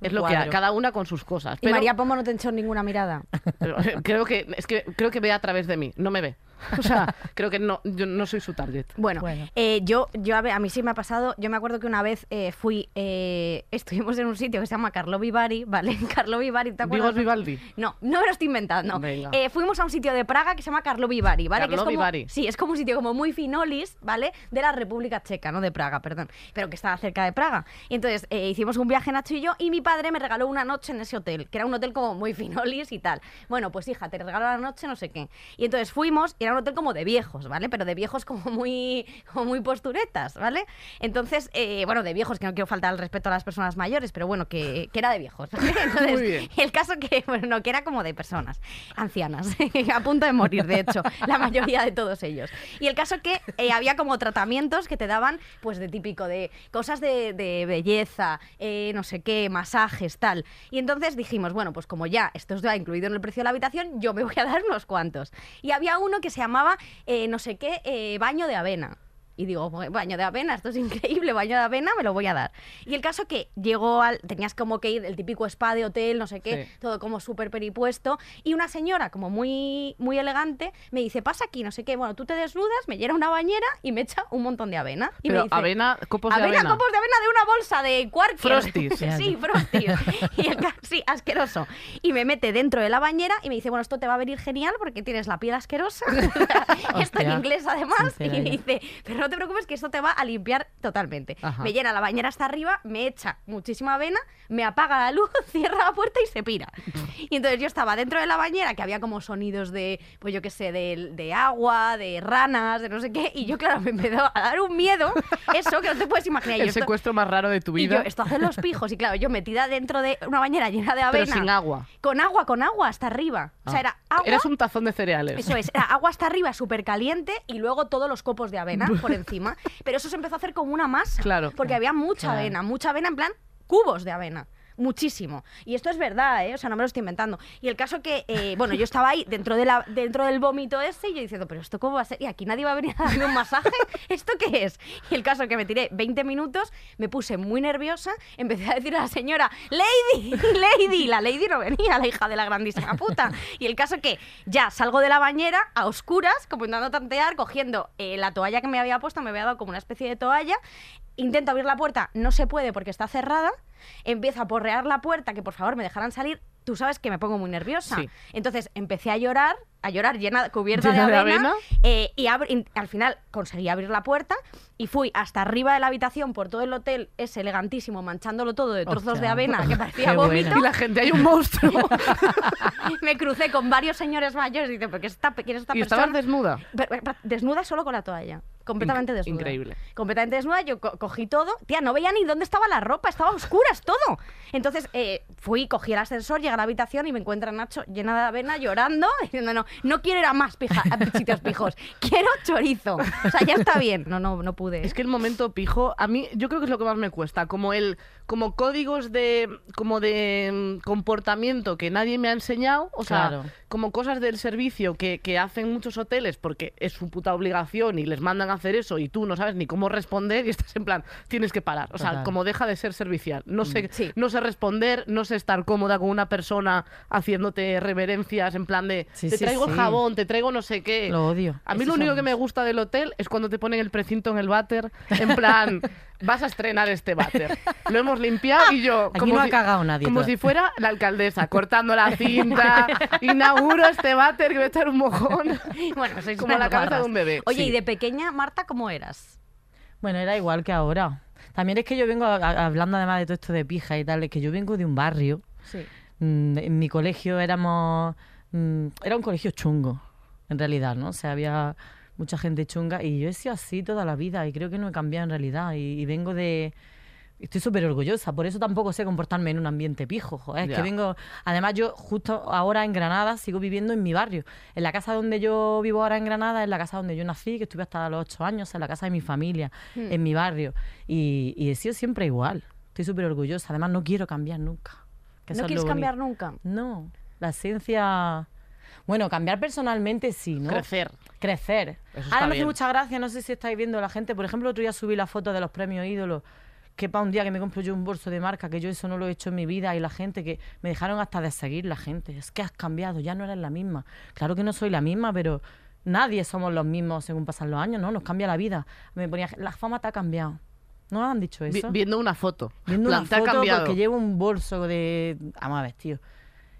S4: Un
S2: Es lo que
S4: cuadro.
S2: hay, cada una con sus cosas.
S3: Y
S2: Pero-
S3: María Pombo no te echó ninguna mirada.
S2: pero, eh, creo que es que creo que ve a través de mí, no me ve. O sea, creo que no, yo no soy su target.
S3: Bueno,
S4: Bueno.
S3: eh, yo, yo a, ver, a mí sí me ha pasado. Yo me acuerdo que una vez eh, fui, eh, estuvimos en un sitio que se llama Carlo Vivari, ¿vale? En Carlo Vivari, ¿te acuerdas?
S2: Vigos Vivaldi.
S3: No, no me lo estoy inventando.
S2: Venga.
S3: Eh, fuimos a un sitio de Praga que se llama Carlo Vivari, ¿vale? Que es
S2: Karlovy
S3: como-
S2: Vary.
S3: Sí, es como un sitio como muy finolis, ¿vale? De la República Checa, no de Praga, perdón, pero que estaba cerca de Praga. Y entonces eh, hicimos un viaje Nacho y yo y mi padre me regaló una noche en ese hotel, que era un hotel como muy finolis y tal. Bueno, pues hija, te regaló la noche, no sé qué. Y entonces fuimos, y era un hotel como de viejos, ¿vale? Pero de viejos como muy, como muy posturetas, ¿vale? Entonces, eh, bueno, de viejos, que no quiero faltar al respeto a las personas mayores, pero bueno, que, que era de viejos. Entonces,
S2: Muy bien.
S3: el caso que, bueno, no, que era como de personas ancianas, a punto de morir, de hecho, la mayoría de todos ellos. Y el caso que eh, había como tratamientos que te daban, pues de típico, de cosas de, de belleza, eh, no sé qué, masajes, tal. Y entonces dijimos, bueno, pues como ya esto está incluido en el precio de la habitación, yo me voy a dar unos cuantos. Y había uno que se llamaba, eh, no sé qué, eh, baño de avena. Y digo, "Joder, baño de avena, esto es increíble, baño de avena, me lo voy a dar. Y el caso que llegó al. Tenías como que ir el típico spa de hotel, no sé qué,
S2: Sí.
S3: todo como súper peripuesto. Y una señora, como muy, muy elegante, me dice, pasa aquí, no sé qué. Bueno, tú te desnudas, me llena una bañera y me echa un montón de avena. Y me
S2: Pero
S3: dice,
S2: avena, copos de
S3: avena,
S2: avena.
S3: copos de avena de una bolsa de Quarker.
S2: Frosties.
S3: sí, frosties. Y el ca- sí, asqueroso. Y me mete dentro de la bañera y me dice, bueno, esto te va a venir genial porque tienes la piel asquerosa. esto en
S4: Hostia,
S3: inglés además. Y
S4: sincera
S3: me
S4: ya.
S3: dice, pero no te preocupes que esto te va a limpiar totalmente.
S2: Ajá.
S3: Me llena la bañera hasta arriba, me echa muchísima avena, me apaga la luz, cierra la puerta y se pira. Y entonces yo estaba dentro de la bañera que había como sonidos de, pues yo qué sé, de, de agua, de ranas, de no sé qué. Y yo, claro, me empezó a dar un miedo. Eso que no te puedes imaginar. Y yo,
S2: El
S3: esto-
S2: secuestro más raro de tu
S3: y
S2: vida.
S3: yo, esto hacen los pijos. Y claro, yo metida dentro de una bañera llena de avena.
S2: Pero sin agua. Ah.
S3: Con agua, con agua, hasta arriba. O sea, era agua.
S2: Eres un tazón de cereales.
S3: Eso es, era agua hasta arriba, súper caliente, y luego todos los copos de avena por encima. Pero eso se empezó a hacer como una masa.
S2: Claro.
S3: Porque había mucha
S4: Claro.
S3: avena, mucha avena, en plan cubos de avena. Muchísimo. Y esto es verdad, ¿eh? O sea, no me lo estoy inventando. Y el caso que, eh, bueno, yo estaba ahí dentro, de la, dentro del vómito ese y yo diciendo, pero esto cómo va a ser? Y aquí nadie va a venir a darme un masaje. ¿Esto qué es? Y el caso que me tiré 20 minutos, me puse muy nerviosa, empecé a decir a la señora, Lady, Lady, Y la Lady no venía, la hija de la grandísima puta. Y el caso que ya salgo de la bañera a oscuras, como intentando tantear, cogiendo eh, la toalla que me había puesto, me había dado como una especie de toalla. Intento abrir la puerta, no se puede porque está cerrada. Empiezo a porrear la puerta, que por favor me dejaran salir. Tú sabes que me pongo muy nerviosa.
S2: Sí.
S3: Entonces empecé a llorar, a llorar llena, cubierta
S2: ¿Llena
S3: de
S2: de
S3: avena.
S2: avena?
S3: eh, y abri- in- al final conseguí abrir la puerta y fui hasta arriba de la habitación por todo el hotel, es elegantísimo, manchándolo todo de trozos de
S4: Hostia.
S3: avena que parecía
S4: Qué bueno.
S3: vómito.
S2: Y la gente, hay un monstruo.
S3: me crucé con varios señores mayores y dice, ¿por qué esta, pe- quién es esta
S2: y
S3: persona?
S2: estabas desnuda.
S3: Pe- pe- pe- desnuda solo con la toalla. Completamente
S2: Inc-
S3: desnuda.
S2: increíble.
S3: Completamente desnuda, yo co- cogí todo. Tía, no veía ni dónde estaba la ropa, estaba a oscuras todo. Entonces eh, fui, cogí el ascensor, llegué a la habitación y me encuentra Nacho llena de avena, llorando, diciendo, no, no quiero ir a más pija- a sitios pijos, quiero chorizo. O sea, ya está bien. No, no, no pude.
S2: Es que el momento pijo, a mí, yo creo que es lo que más me cuesta. Como el, como códigos de, como de mm, comportamiento que nadie me ha enseñado. O sea,
S4: Claro.
S2: como cosas del servicio que, que hacen muchos hoteles porque es su puta obligación y les mandan a hacer eso y tú no sabes ni cómo responder y estás en plan, tienes que parar. O sea,
S4: Total. Mm.
S2: como deja de ser servicial. No sé,
S3: Sí.
S2: no sé responder, no sé estar cómoda con una persona haciéndote reverencias en plan de,
S4: Sí,
S2: te
S4: sí,
S2: traigo el
S4: sí.
S2: jabón, te traigo no sé qué.
S4: Lo odio.
S2: A mí
S4: Esos
S2: lo único
S4: son
S2: que me gusta del hotel es cuando te ponen el precinto en el váter, en plan, vas a estrenar este váter. Lo hemos limpiado y yo...
S4: Aquí no ha cagado nadie
S2: Como
S4: todavía.
S2: si fuera la alcaldesa, cortando la cinta, inauguro este váter que voy a echar un mojón.
S3: Bueno, sois
S2: Como
S3: unas
S2: la cabeza de
S3: guarras.
S2: un bebé.
S3: Oye,
S2: Sí.
S3: ¿y de pequeña, Marta, cómo eras?
S4: Bueno, era igual que ahora. También es que yo vengo a- a- hablando además de todo esto de pija y tal, es que yo vengo de un barrio.
S3: Sí.
S4: Mm, En mi colegio éramos. mm, Era un colegio chungo, en realidad, ¿no? O sea, había mucha gente chunga y yo he sido así toda la vida y creo que no he cambiado en realidad. Y, y vengo de. Estoy súper orgullosa, por eso tampoco sé comportarme en un ambiente pijo. joder, es
S2: Ya.
S4: que vengo. Además, yo justo ahora en Granada sigo viviendo en mi barrio. En la casa donde yo vivo ahora en Granada, es la casa donde yo nací, que estuve hasta los ocho años, en la casa de mi familia, en mi barrio. Y, y he sido siempre igual. Estoy súper orgullosa. Además, no quiero cambiar nunca. que eso
S3: ¿No
S4: es
S3: quieres
S4: lo bonito.
S3: cambiar nunca?
S4: No, la esencia. Bueno, cambiar personalmente sí, ¿no?
S2: Crecer.
S4: Crecer.
S2: Eso está
S4: Ahora me hace
S2: bien.
S4: mucha gracia, no sé si estáis viendo la gente. Por ejemplo, otro día subí la foto de los premios ídolos. Que para un día que me compro yo un bolso de marca, que yo eso no lo he hecho en mi vida, y la gente que me dejaron hasta de seguir la gente. Es que has cambiado, ya no eres la misma. Claro que no soy la misma, pero nadie somos los mismos según pasan los años, ¿no? Nos cambia la vida. Me ponía, la fama te ha cambiado. ¿No han dicho
S2: Vi-
S4: eso?
S2: viendo una foto.
S4: viendo una
S2: Plan, te ha
S4: foto
S2: cambiado.
S4: porque llevo un bolso de vamos a ver tío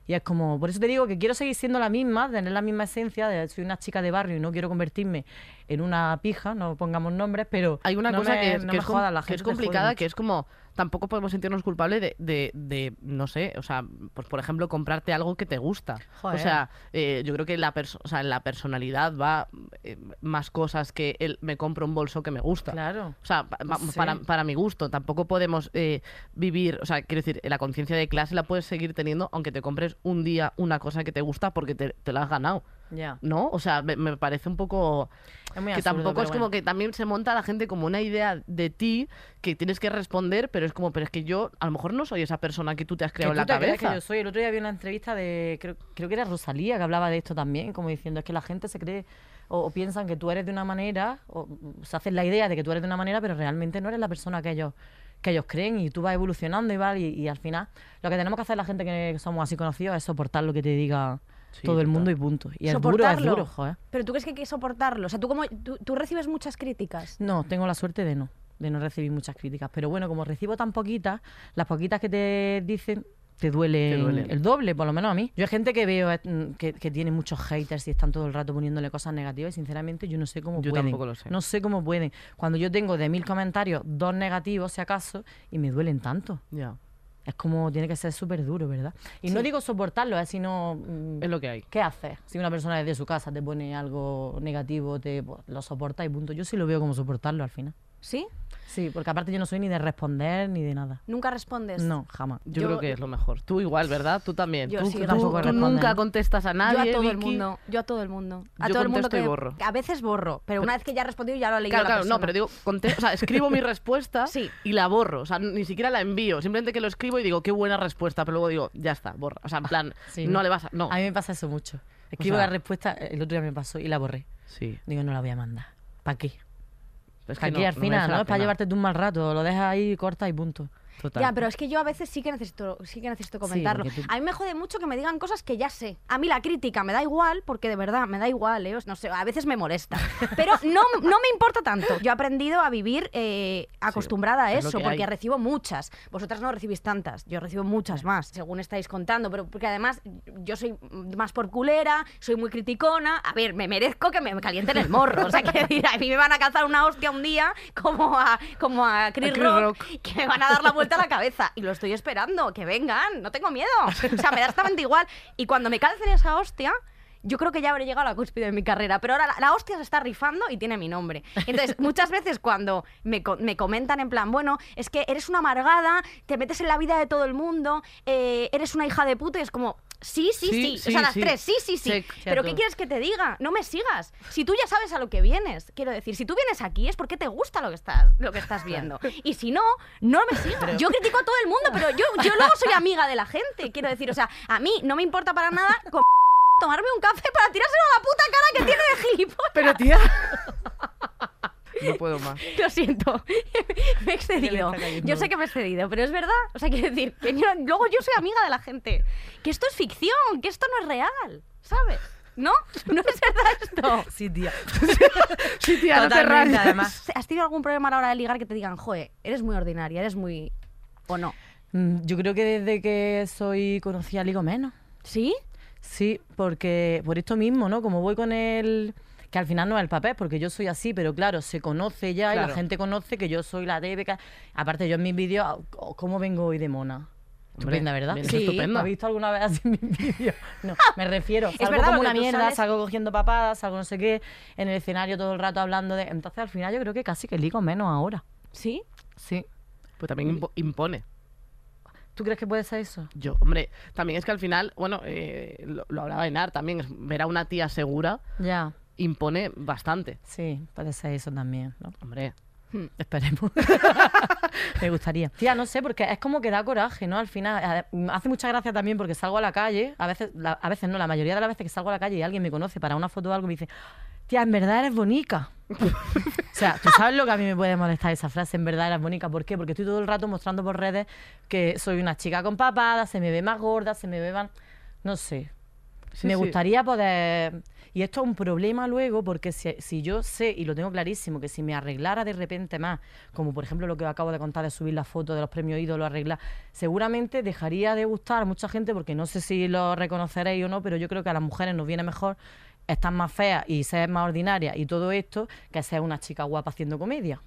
S4: y es como por eso te digo que quiero seguir siendo la misma tener la misma esencia de soy una chica de barrio y no quiero convertirme en una pija no pongamos nombres pero
S2: Hay una
S4: no
S2: cosa
S4: me-
S2: que, que
S4: no me
S2: es, com-
S4: joda, la
S2: que es
S4: gente te jode
S2: complicada,
S4: mucho.
S2: que es como tampoco podemos sentirnos culpables de, de- de, no sé, o sea, pues por ejemplo, comprarte algo que te gusta. O
S4: Joder.
S2: sea, eh, yo creo que la perso- o sea, en la personalidad va eh, más cosas que el me compro un bolso que me gusta.
S4: claro
S2: O sea, pa- pa-
S4: Sí.
S2: para, para mi gusto, tampoco podemos eh, vivir, o sea, quiero decir, la conciencia de clase la puedes seguir teniendo aunque te compres un día una cosa que te gusta porque te, te la has ganado,
S4: ya
S2: ¿no? O sea, me, me parece un poco
S4: es
S2: Mm.
S4: muy
S2: que
S4: absurdo,
S2: tampoco
S4: pero
S2: es como
S4: bueno.
S2: que también se monta la gente como una idea de ti que tienes que responder, pero es como, pero es que yo a lo mejor no soy esa persona que tú te has creado en
S4: Que
S2: la
S4: tú te crees
S2: cabeza.
S4: que yo soy. El otro día vi una entrevista de, creo, creo que era Rosalía que hablaba de esto también, como diciendo, es que la gente se cree o, o piensan que tú eres de una manera, o mm, se hacen la idea de que tú eres de una manera, pero realmente no eres la persona que ellos que ellos creen y tú vas evolucionando y vas, y, y al final lo que tenemos que hacer la gente que somos así conocidos es soportar lo que te diga
S2: Sí,
S4: todo el
S2: total.
S4: mundo y punto. Y es duro, es
S3: Soportarlo.
S4: duro, joder.
S3: Pero tú crees que hay que soportarlo. O sea, tú, como, tú, tú recibes muchas críticas.
S4: No, tengo la suerte de no, de no recibir muchas críticas. Pero bueno, como recibo tan poquitas, las poquitas que te dicen te duelen,
S2: Te duelen.
S4: el doble, por lo menos a mí. Yo hay gente que veo eh, mm, que, que tiene muchos haters y están todo el rato poniéndole cosas negativas y sinceramente yo no sé cómo
S2: Yo
S4: pueden.
S2: tampoco lo sé.
S4: No sé cómo pueden. Cuando yo tengo de mil comentarios, dos negativos si acaso, y me duelen tanto.
S2: Ya,
S4: Es como tiene que ser súper duro, ¿verdad? Y no digo soportarlo, es sino... mm,
S2: es lo que hay.
S4: ¿Qué haces? Si una persona desde su casa te pone algo negativo, te pues, lo soporta y punto. Yo sí lo veo como soportarlo al final.
S3: ¿Sí?
S4: Sí, porque aparte yo no soy ni de responder ni de nada.
S3: Nunca respondes.
S4: No, jamás.
S2: Yo,
S3: Yo-
S2: creo que es lo mejor. Tú igual, ¿verdad? Tú también.
S3: Yo
S2: tú
S3: sí,
S2: tú-
S4: tampoco
S2: tú
S4: respondo,
S2: nunca
S4: ¿eh?
S2: contestas a nadie.
S3: Yo a todo el
S2: Vicky.
S3: mundo. Yo a todo el mundo. A
S2: Yo
S3: todo el mundo
S2: contesto
S3: que
S2: y borro.
S3: que a veces borro, pero, una vez que ya he respondido ya lo ha leído
S2: Claro,
S3: la
S2: claro, no,
S3: persona.
S2: pero digo, conte- o sea, escribo mi respuesta
S3: Sí.
S2: y la borro, o sea, ni siquiera la envío, simplemente que lo escribo y digo, qué buena respuesta, pero luego digo, ya está, borra, o sea, en plan,
S4: Sí,
S2: no,
S4: ¿no?
S2: le vas a... No,
S4: A mí me pasa eso mucho. Escribo
S2: O sea-
S4: la respuesta, el otro día me pasó y la borré.
S2: sí,
S4: Digo, no la voy a mandar. ¿Para qué?
S2: es
S4: ¿Para
S2: que
S4: qué al final? ¿no? Es para llevarte tú un mal rato. Lo dejas ahí, corta y punto.
S2: Total.
S3: Ya, pero es que yo a veces sí que necesito, sí que necesito comentarlo.
S4: porque tú-
S3: A mí me jode mucho que me digan cosas que ya sé. A mí la crítica me da igual, porque de verdad me da igual, ¿eh? Os- No sé, a veces me molesta. Pero no, no me importa tanto. Yo he aprendido a vivir eh, acostumbrada a
S2: es lo
S3: eso,
S2: que
S3: porque
S2: hay.
S3: recibo muchas. Vosotras no recibís tantas, yo recibo muchas más, según estáis contando. Pero porque además yo soy más por culera, soy muy criticona. A ver, me merezco que me calienten el morro. O sea, que decir, a mí me van a calzar una hostia un día como a, como a Chris,
S2: Chris
S3: Rock,
S2: Rock.
S3: que me van a dar la vuelta a la cabeza. Y lo estoy esperando, que vengan, no tengo miedo. O sea, me da exactamente igual. Y cuando me calcen esa hostia, yo creo que ya habré llegado a la cúspide de mi carrera. Pero ahora la, la hostia se está rifando y tiene mi nombre. Entonces, muchas veces cuando me, co- me comentan en plan, bueno, es que eres una amargada, te metes en la vida de todo el mundo, eh, eres una hija de puta, y es como. Sí, sí,
S2: Sí,
S3: sí,
S2: sí,
S3: O sea, las
S2: sí.
S3: tres, sí, sí, sí.
S2: Check, check
S3: Pero ¿qué
S2: todo.
S3: quieres que te diga? No me sigas. Si tú ya sabes a lo que vienes, quiero decir, si tú vienes aquí es porque te gusta lo que estás, lo que estás viendo. Y si no, no me sigas. Yo critico a todo el mundo, pero yo, yo luego soy amiga de la gente, quiero decir. O sea, a mí no me importa para nada con tomarme un café para tirárselo a la puta cara que tiene de gilipollas.
S2: Pero tía... No puedo más.
S3: Lo siento, me he excedido.
S4: está cayendo.
S3: Yo sé que me he excedido, pero es verdad. O sea, quiero decir, que yo- luego yo soy amiga de la gente. Que esto es ficción, que esto no es real, ¿sabes? ¿No? ¿No es verdad esto?
S4: Sí, tía.
S2: Sí, tía, no te
S4: Totalmente,
S2: rayes.
S4: además.
S3: ¿Has tenido algún problema a la hora de ligar que te digan, joe, eres muy ordinaria, eres muy... o no?
S4: Mm, Yo creo que desde que soy conocida ligo menos.
S3: ¿Sí?
S4: Sí, porque por esto mismo, ¿no? Como voy con el... Que al final no es el papel, porque yo soy así, pero claro, se conoce ya y
S2: Claro.
S4: la gente conoce que yo soy la típica. Aparte, yo en mis vídeos, oh, ¿cómo vengo hoy de mona? Estupenda, ¿verdad?
S2: vienes Sí. estupenda.
S4: ¿Has visto alguna vez así mis vídeos? No, me refiero. Salgo
S3: verdad,
S4: como
S3: porque
S4: una
S3: tú
S4: mierda,
S3: sales-
S4: salgo cogiendo papadas, salgo no sé qué, en el escenario todo el rato hablando de. Entonces, al final, yo creo que casi que ligo menos ahora.
S3: ¿Sí?
S4: Sí.
S2: Pues también impo- impone.
S4: ¿Tú crees que puede ser eso?
S2: Yo, hombre, también es que al final, bueno, eh, lo, lo hablaba Enar también, es- ver a una tía segura
S4: Ya.
S2: impone bastante.
S4: Sí, puede ser eso también, ¿no?
S2: Hombre,
S4: Esperemos. Me gustaría. Tía, no sé, porque es como que da coraje, ¿no? Al final, a- mm, hace mucha gracia también porque salgo a la calle, a veces, la- a veces no, la mayoría de las veces que salgo a la calle y alguien me conoce para una foto o algo, me dice, tía, en verdad eres bonita. o sea, tú sabes lo que a mí me puede molestar esa frase, en verdad eres bonita. ¿Por qué? Porque estoy todo el rato mostrando por redes que soy una chica con papada, se me ve más gorda, se me ve más... No sé,
S2: Sí,
S4: me
S2: sí.
S4: gustaría poder... Y esto es un problema luego porque si, si yo sé, y lo tengo clarísimo, que si me arreglara de repente más, como por ejemplo lo que acabo de contar de subir la foto de los premios ídolo, arreglar, seguramente dejaría de gustar a mucha gente porque no sé si lo reconoceréis o no, pero yo creo que a las mujeres nos viene mejor estar más feas y ser más ordinarias y todo esto que ser una chica guapa haciendo comedia.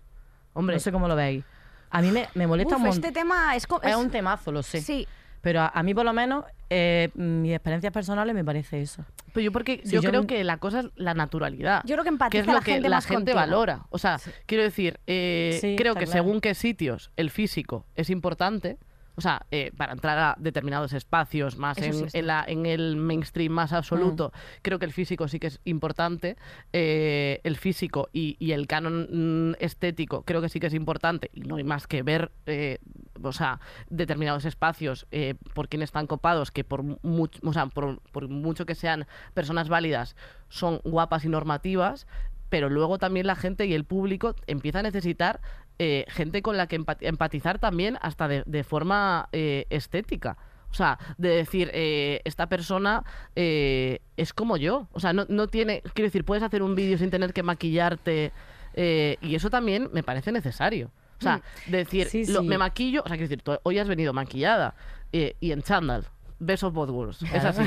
S2: hombre,
S4: No sé cómo lo veis. A mí me, me molesta
S3: Uf,
S4: un montón.
S3: este tema es... co-
S4: Es
S3: es-
S4: un temazo, lo sé.
S3: Sí.
S4: Pero a, a mí por lo menos, eh, mis experiencias personales me parece eso.
S2: pero yo porque
S4: Si
S2: yo,
S4: yo
S2: creo
S4: n-
S2: que la cosa es la naturalidad.
S3: Yo creo que
S2: que es
S3: empatiza
S2: lo
S3: la
S2: que
S3: gente
S2: la
S3: más
S2: gente
S3: contigo.
S2: valora. O sea, quiero decir, eh,
S4: Sí,
S2: creo
S4: está
S2: que
S4: claro.
S2: según qué sitios el físico es importante, o sea, eh, para entrar a determinados espacios más
S3: Eso
S2: en,
S3: sí está
S2: en la- en el mainstream más absoluto, creo que el físico sí que es importante, eh, el físico y, y el canon mm, estético creo que sí que es importante y no hay más que ver, eh, o sea, determinados espacios eh, por quién están copados, que por, mucho, o sea, por, por mucho que sean personas válidas, son guapas y normativas, pero luego también la gente y el público empieza a necesitar eh, gente con la que empa- empatizar también hasta de, de forma eh, estética. O sea, de decir, eh, esta persona eh, es como yo. O sea, no, no tiene, quiero decir, puedes hacer un vídeo sin tener que maquillarte eh, y eso también me parece necesario. O sea, decir,
S4: Mm. Sí,
S2: lo-
S4: sí.
S2: me maquillo, o sea, quiero decir, tú hoy has venido maquillada eh, y en chándal. Best of both worlds. Es así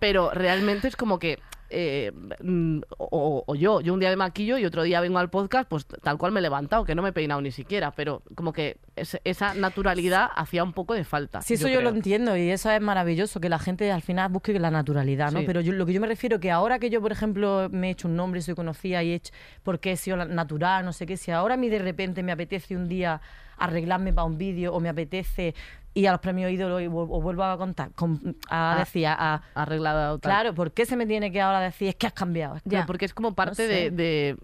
S2: pero realmente es como que eh, mm, o, o yo, yo un día de maquillo y otro día vengo al podcast, pues tal cual me he levantado, que no me he peinado ni siquiera, pero como que es- esa naturalidad hacía un poco de falta.
S4: Sí, eso yo, lo
S2: creo.
S4: entiendo y eso es maravilloso, que la gente al final busque la naturalidad, ¿no?
S2: Sí.
S4: Pero yo, lo que yo me refiero que ahora que yo, por ejemplo, me he hecho un nombre y soy conocida y he hecho, porque he sido la- natural, no sé qué, si ahora a mí de repente me apetece un día arreglarme para un vídeo o me apetece ir a los premios ídolos y vu- o vuelvo a contar, con- a
S2: Ah,
S4: decir, a- a-
S2: Arreglada o tal.
S4: Claro, ¿por qué se me tiene que ahora decir es que has cambiado? Es que
S2: Pero
S3: ya.
S2: porque es como parte
S4: No sé.
S2: de, de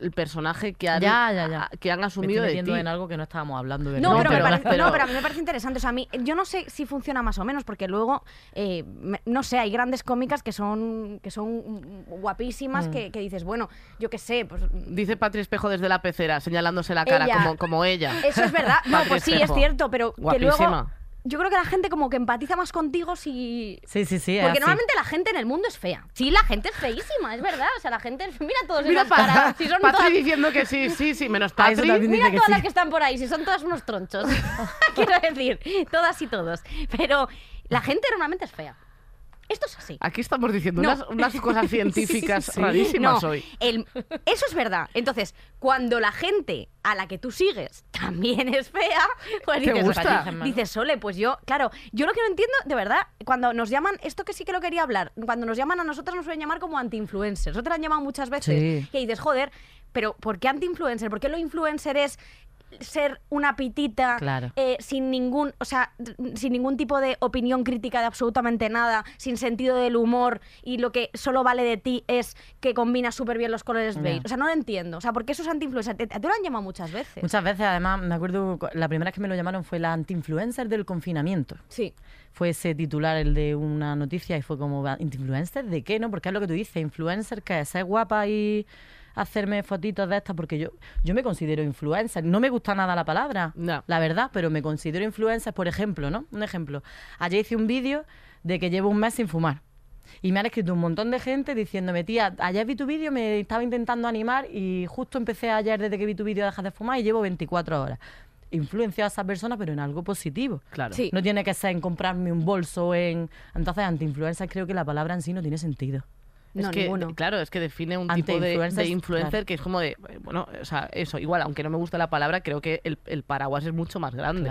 S2: el personaje que han,
S4: Ya, ya, ya.
S2: a- que han
S4: me
S2: asumido
S4: estoy
S2: de ti.
S4: metiendo en algo que no estábamos hablando. ¿verdad?
S3: No, pero, me
S2: pero-
S3: parece,
S2: pero-
S3: no, pero a mí me parece interesante. O sea, a mí, yo no sé si funciona más o menos, porque luego, eh, me- no sé, hay grandes cómicas que son, que son guapísimas, que, que dices, bueno, yo qué sé, pues...
S2: Dice Patri Espejo desde la pecera, señalándose la cara
S3: Ella.
S2: como, como ella.
S3: Eso es verdad. No,
S2: Patri
S3: pues sí, es
S2: Espejo.
S3: cierto, pero que luego...
S2: Guapísima.
S3: Yo creo que la gente como que empatiza más contigo si...
S4: Sí, sí, sí. es
S3: Porque
S4: así.
S3: normalmente la gente en el mundo es fea. Sí, la gente es feísima, es verdad. O sea, la gente... Mira todos
S2: Mira,
S3: esas caras,
S2: para,
S3: Si son
S2: Patri
S3: todas-
S2: diciendo que sí, sí, sí, menos
S4: Ah, eso
S2: Patri.
S4: también
S3: Mira
S4: dice que
S3: todas
S4: sí.
S3: las que están por ahí, si son todas unos tronchos. Quiero decir, todas y todos. Pero la gente normalmente es fea. Esto es así.
S2: Aquí estamos diciendo
S3: No.
S2: unas, unas cosas científicas
S3: Sí, sí, sí.
S2: rarísimas
S3: No,
S2: hoy.
S3: el- eso es verdad. Entonces, cuando la gente a la que tú sigues también es fea, pues
S2: ¿Te
S3: dices,
S2: gusta?
S3: dices, Sole, pues yo, claro, yo lo que no entiendo, de verdad, cuando nos llaman, esto que sí que lo quería hablar, cuando nos llaman a nosotras nos suelen llamar como anti-influencers. Nosotras han llamado muchas veces
S4: Sí.
S3: que dices, joder, pero ¿por qué anti-influencer? ¿Por qué lo influencer es ser una pitita
S4: Claro.
S3: eh, sin ningún, o sea, d- sin ningún tipo de opinión crítica de absolutamente nada, sin sentido del humor y lo que solo vale de ti es que combinas súper bien los colores
S4: Ya.
S3: beige. O sea, no lo entiendo. O sea, porque eso es anti-influencer. Te, te lo han llamado muchas veces.
S4: Muchas veces, además, me acuerdo, cu- la primera vez que me lo llamaron fue la anti-influencer del confinamiento.
S3: Sí.
S4: Fue ese titular el de una noticia y fue como, "Va, ¿influencer de qué? no Porque es lo que tú dices, influencer, que es ser guapa y hacerme fotitos de estas, porque yo, yo me considero influencer. No me gusta nada la palabra,
S2: No.
S4: la verdad, pero me considero influencer, por ejemplo, ¿no? Un ejemplo. Ayer hice un vídeo de que llevo un mes sin fumar. Y me han escrito un montón de gente diciéndome, tía, ayer vi tu vídeo, me estaba intentando animar y justo empecé ayer desde que vi tu vídeo dejas de fumar y llevo 24 horas. Influencio a esa persona, pero en algo positivo.
S2: Claro.
S3: Sí.
S4: No tiene que ser en comprarme un bolso, en... Entonces, anti-influencer creo que la palabra en sí no tiene sentido.
S2: Es
S3: No,
S2: que, eh,
S3: ninguno.
S2: claro, es que define un tipo de- de,
S4: Anti-influencers,
S2: influencer
S4: claro.
S2: que es como de, bueno, o sea, eso, igual, aunque no me gusta la palabra, creo que el, el paraguas es mucho más grande.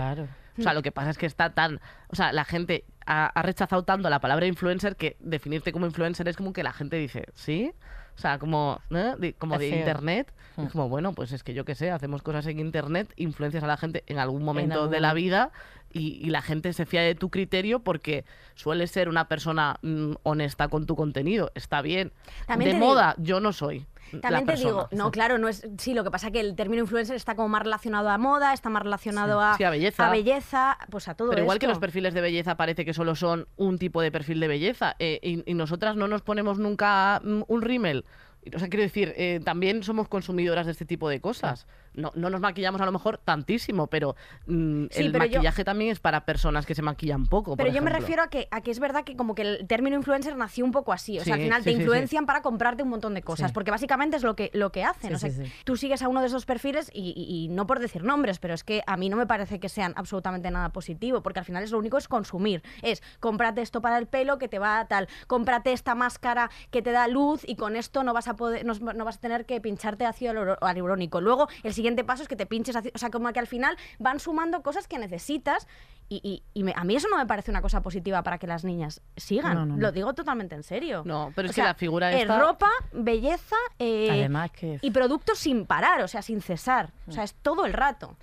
S2: O sea, lo que pasa es que está tan, o sea, la gente ha, ha rechazado tanto la palabra influencer que definirte como influencer es como que la gente dice, ¿sí? O sea, como, ¿no? De- como
S4: Es
S2: de
S4: feo.
S2: internet,
S4: Hmm.
S2: es como, bueno, pues es que yo qué sé, hacemos cosas en internet, influencias a la gente en algún momento
S4: algún
S2: de la
S4: momento.
S2: vida y, y la gente se fía de tu criterio porque sueles ser una persona mm, honesta con tu contenido, está bien.
S3: También
S2: de
S3: te digo-
S2: moda, yo no soy. la
S3: También te
S2: persona.
S3: digo, no, claro, no es. Sí, lo que pasa es que el término influencer está como más relacionado a moda, está más relacionado a,
S2: Sí, a belleza.
S3: belleza, pues a todo
S2: Pero igual que
S3: esto.
S2: los perfiles de belleza parece que solo son un tipo de perfil de belleza eh, y, y nosotras no nos ponemos nunca mm, un rímel. Y, O sea, quiero decir, eh, también somos consumidoras de este tipo de cosas. No, no nos maquillamos a lo mejor tantísimo, pero mm,
S3: Sí,
S2: el
S3: pero yo-
S2: maquillaje también es para personas que se maquillan poco. por
S3: Pero yo me
S2: ejemplo.
S3: refiero a que, a que es verdad que como que el término influencer nació un poco así. O sea,
S2: Sí,
S3: al final
S2: sí,
S3: te
S2: sí, sí.
S3: influencian para comprarte un montón de cosas,
S4: Sí.
S3: porque básicamente es lo que, lo que hacen.
S4: Sí,
S3: o sea,
S4: sí, sí.
S3: tú sigues a uno de esos perfiles y, y- y no por decir nombres, pero es que a mí no me parece que sean absolutamente nada positivo, porque al final es lo único es consumir. Es cómprate esto para el pelo que te va a tal, cómprate esta máscara que te da luz y con esto no vas a poder, no, no vas a tener que pincharte ácido hialuron- hialurónico. Luego el siguiente paso es que te pinches, ácido- o sea, como que al final van sumando cosas que necesitas. Y, y- y me- a mí eso no me parece una cosa positiva para que las niñas sigan.
S4: No, no, no.
S3: Lo digo totalmente en serio.
S2: No, pero
S3: O
S2: es que
S3: sea,
S2: la figura
S3: es
S2: esta-
S3: ropa, belleza, eh,
S4: Además que...
S3: y productos sin parar, o sea, sin cesar. O sea, es todo el rato.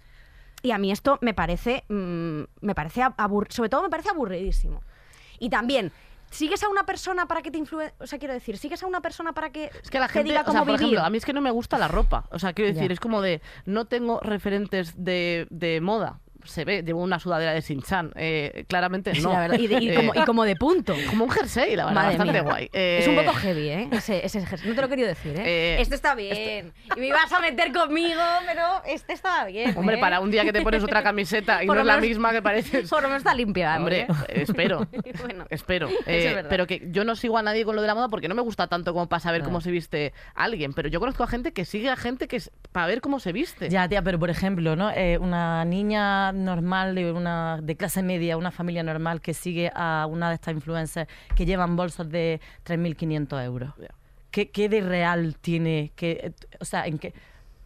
S3: Y a mí esto me parece, mm, me parece abur- sobre todo me parece aburridísimo. Y también, ¿sigues a una persona para que te influye? O sea, quiero decir, ¿sigues a una persona para que,
S2: Es que la
S3: te
S2: gente,
S3: diga
S2: o
S3: cómo
S2: sea, por
S3: vivir?
S2: ejemplo, a mí es que no me gusta la ropa. O sea, quiero decir,
S4: Ya.
S2: es como de, no tengo referentes de, de moda. Se ve, llevo una sudadera de Sinchan. Eh, claramente
S3: Sí,
S2: no.
S3: la verdad, y, de- y
S2: Eh,
S3: como, y como de punto.
S2: como un jersey, la verdad,
S3: Madre
S2: bastante
S3: mía.
S2: guay.
S3: es un
S2: Eh,
S3: poco heavy, ¿eh? Ese, ese ejercicio. No te lo he querido decir, ¿eh?
S2: Eh,
S3: este está bien. Y me ibas a meter conmigo, pero este estaba bien.
S2: Hombre,
S3: ¿eh?
S2: para un día que te pones otra camiseta y
S3: Por
S2: no
S3: lo
S2: es la
S3: menos-
S2: misma que pareces.
S3: Por lo menos está limpia,
S2: Hombre,
S3: ¿eh?
S2: espero.
S3: Bueno,
S2: Espero.
S3: es
S2: Eh,
S3: verdad. Ah.
S2: pero que yo no sigo a nadie con lo de la moda porque no me gusta tanto como para saber
S4: Claro.
S2: cómo se viste alguien. Pero yo conozco a gente que sigue a gente que es para ver cómo se viste.
S4: Ya, tía, pero por ejemplo, ¿no? Eh, una niña normal de una de clase media, una familia normal que sigue a una de estas influencers que llevan bolsos de 3.500 euros.
S2: Ya.
S4: ¿Qué, qué de real tiene? que o sea, ¿en qué,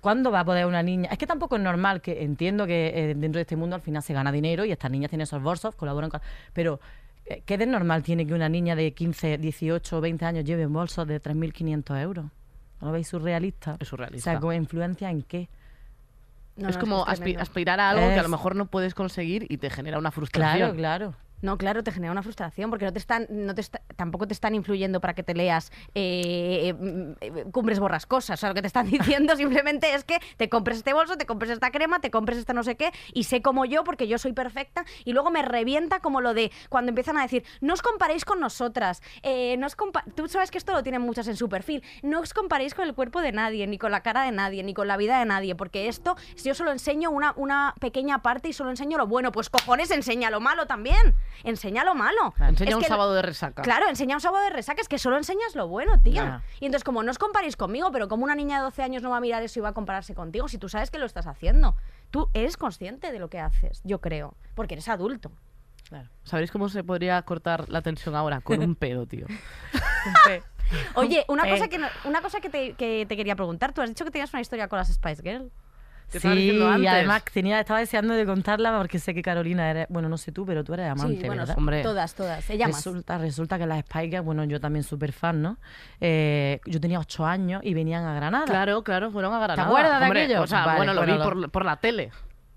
S4: ¿cuándo va a poder una niña? Es que tampoco es normal que entiendo que eh, dentro de este mundo al final se gana dinero y estas niñas tienen esos bolsos, colaboran con... Pero eh, ¿qué de normal tiene que una niña de 15, 18, 20 años lleve bolsos de 3.500 euros? ¿No lo veis surrealista?
S2: Es surrealista.
S4: O sea, ¿con influencia en qué?
S3: No, no,
S2: es como
S3: que
S2: aspi-
S3: tremendo.
S2: aspirar a algo que a lo
S4: Es-
S2: mejor no puedes conseguir y te genera una frustración.
S4: Claro, claro.
S3: No, claro, te genera una frustración porque no te están, no te está- tampoco te están influyendo para que te leas eh, mm, eh, cumbres borrascosas. O sea, lo que te están diciendo simplemente es que te compres este bolso, te compres esta crema, te compres esta no sé qué y sé como yo porque yo soy perfecta. Y luego me revienta como lo de cuando empiezan a decir, no os comparéis con nosotras, eh, no os compa- tú sabes que esto lo tienen muchas en su perfil, no os comparéis con el cuerpo de nadie, ni con la cara de nadie, ni con la vida de nadie, porque esto, si yo solo enseño una, una pequeña parte y solo enseño lo bueno, pues cojones, enseña lo malo también, enseña lo malo.
S2: Enseña
S3: Es
S2: un
S3: que-
S2: sábado de resaca.
S3: Claro, enseña un sábado de resaca, es que solo enseñas lo bueno, tía.
S4: Ya.
S3: Y entonces, como no os comparéis conmigo, pero como una niña de 12 años no va a mirar eso y va a compararse contigo, si tú sabes que lo estás haciendo, tú eres consciente de lo que haces, yo creo, porque eres adulto.
S2: ¿Sabéis cómo se podría cortar la tensión ahora? Con un pedo, tío.
S3: Oye, una
S4: Eh.
S3: cosa que, no- una cosa que, te, que te quería preguntar, tú has dicho que tenías una historia con las Spice Girls.
S2: Te
S4: Sí,
S2: estaba diciendo
S4: y
S2: antes.
S4: además tenía, estaba deseando de contarla porque sé que Carolina eres, bueno, no sé tú, pero tú eres amante,
S3: sí, bueno,
S4: ¿verdad?
S2: Hombre.
S3: todas, todas. Ella más.
S4: Resulta, resulta que las Spice Girls, bueno, yo también súper fan, ¿no? Eh, yo tenía ocho años y venían a Granada.
S2: Claro, claro, fueron a Granada.
S4: acuerdas de
S2: Hombre,
S4: aquello?
S2: O sea,
S4: Vale,
S2: bueno, lo
S4: bueno,
S2: vi
S4: lo-
S2: por, por la tele.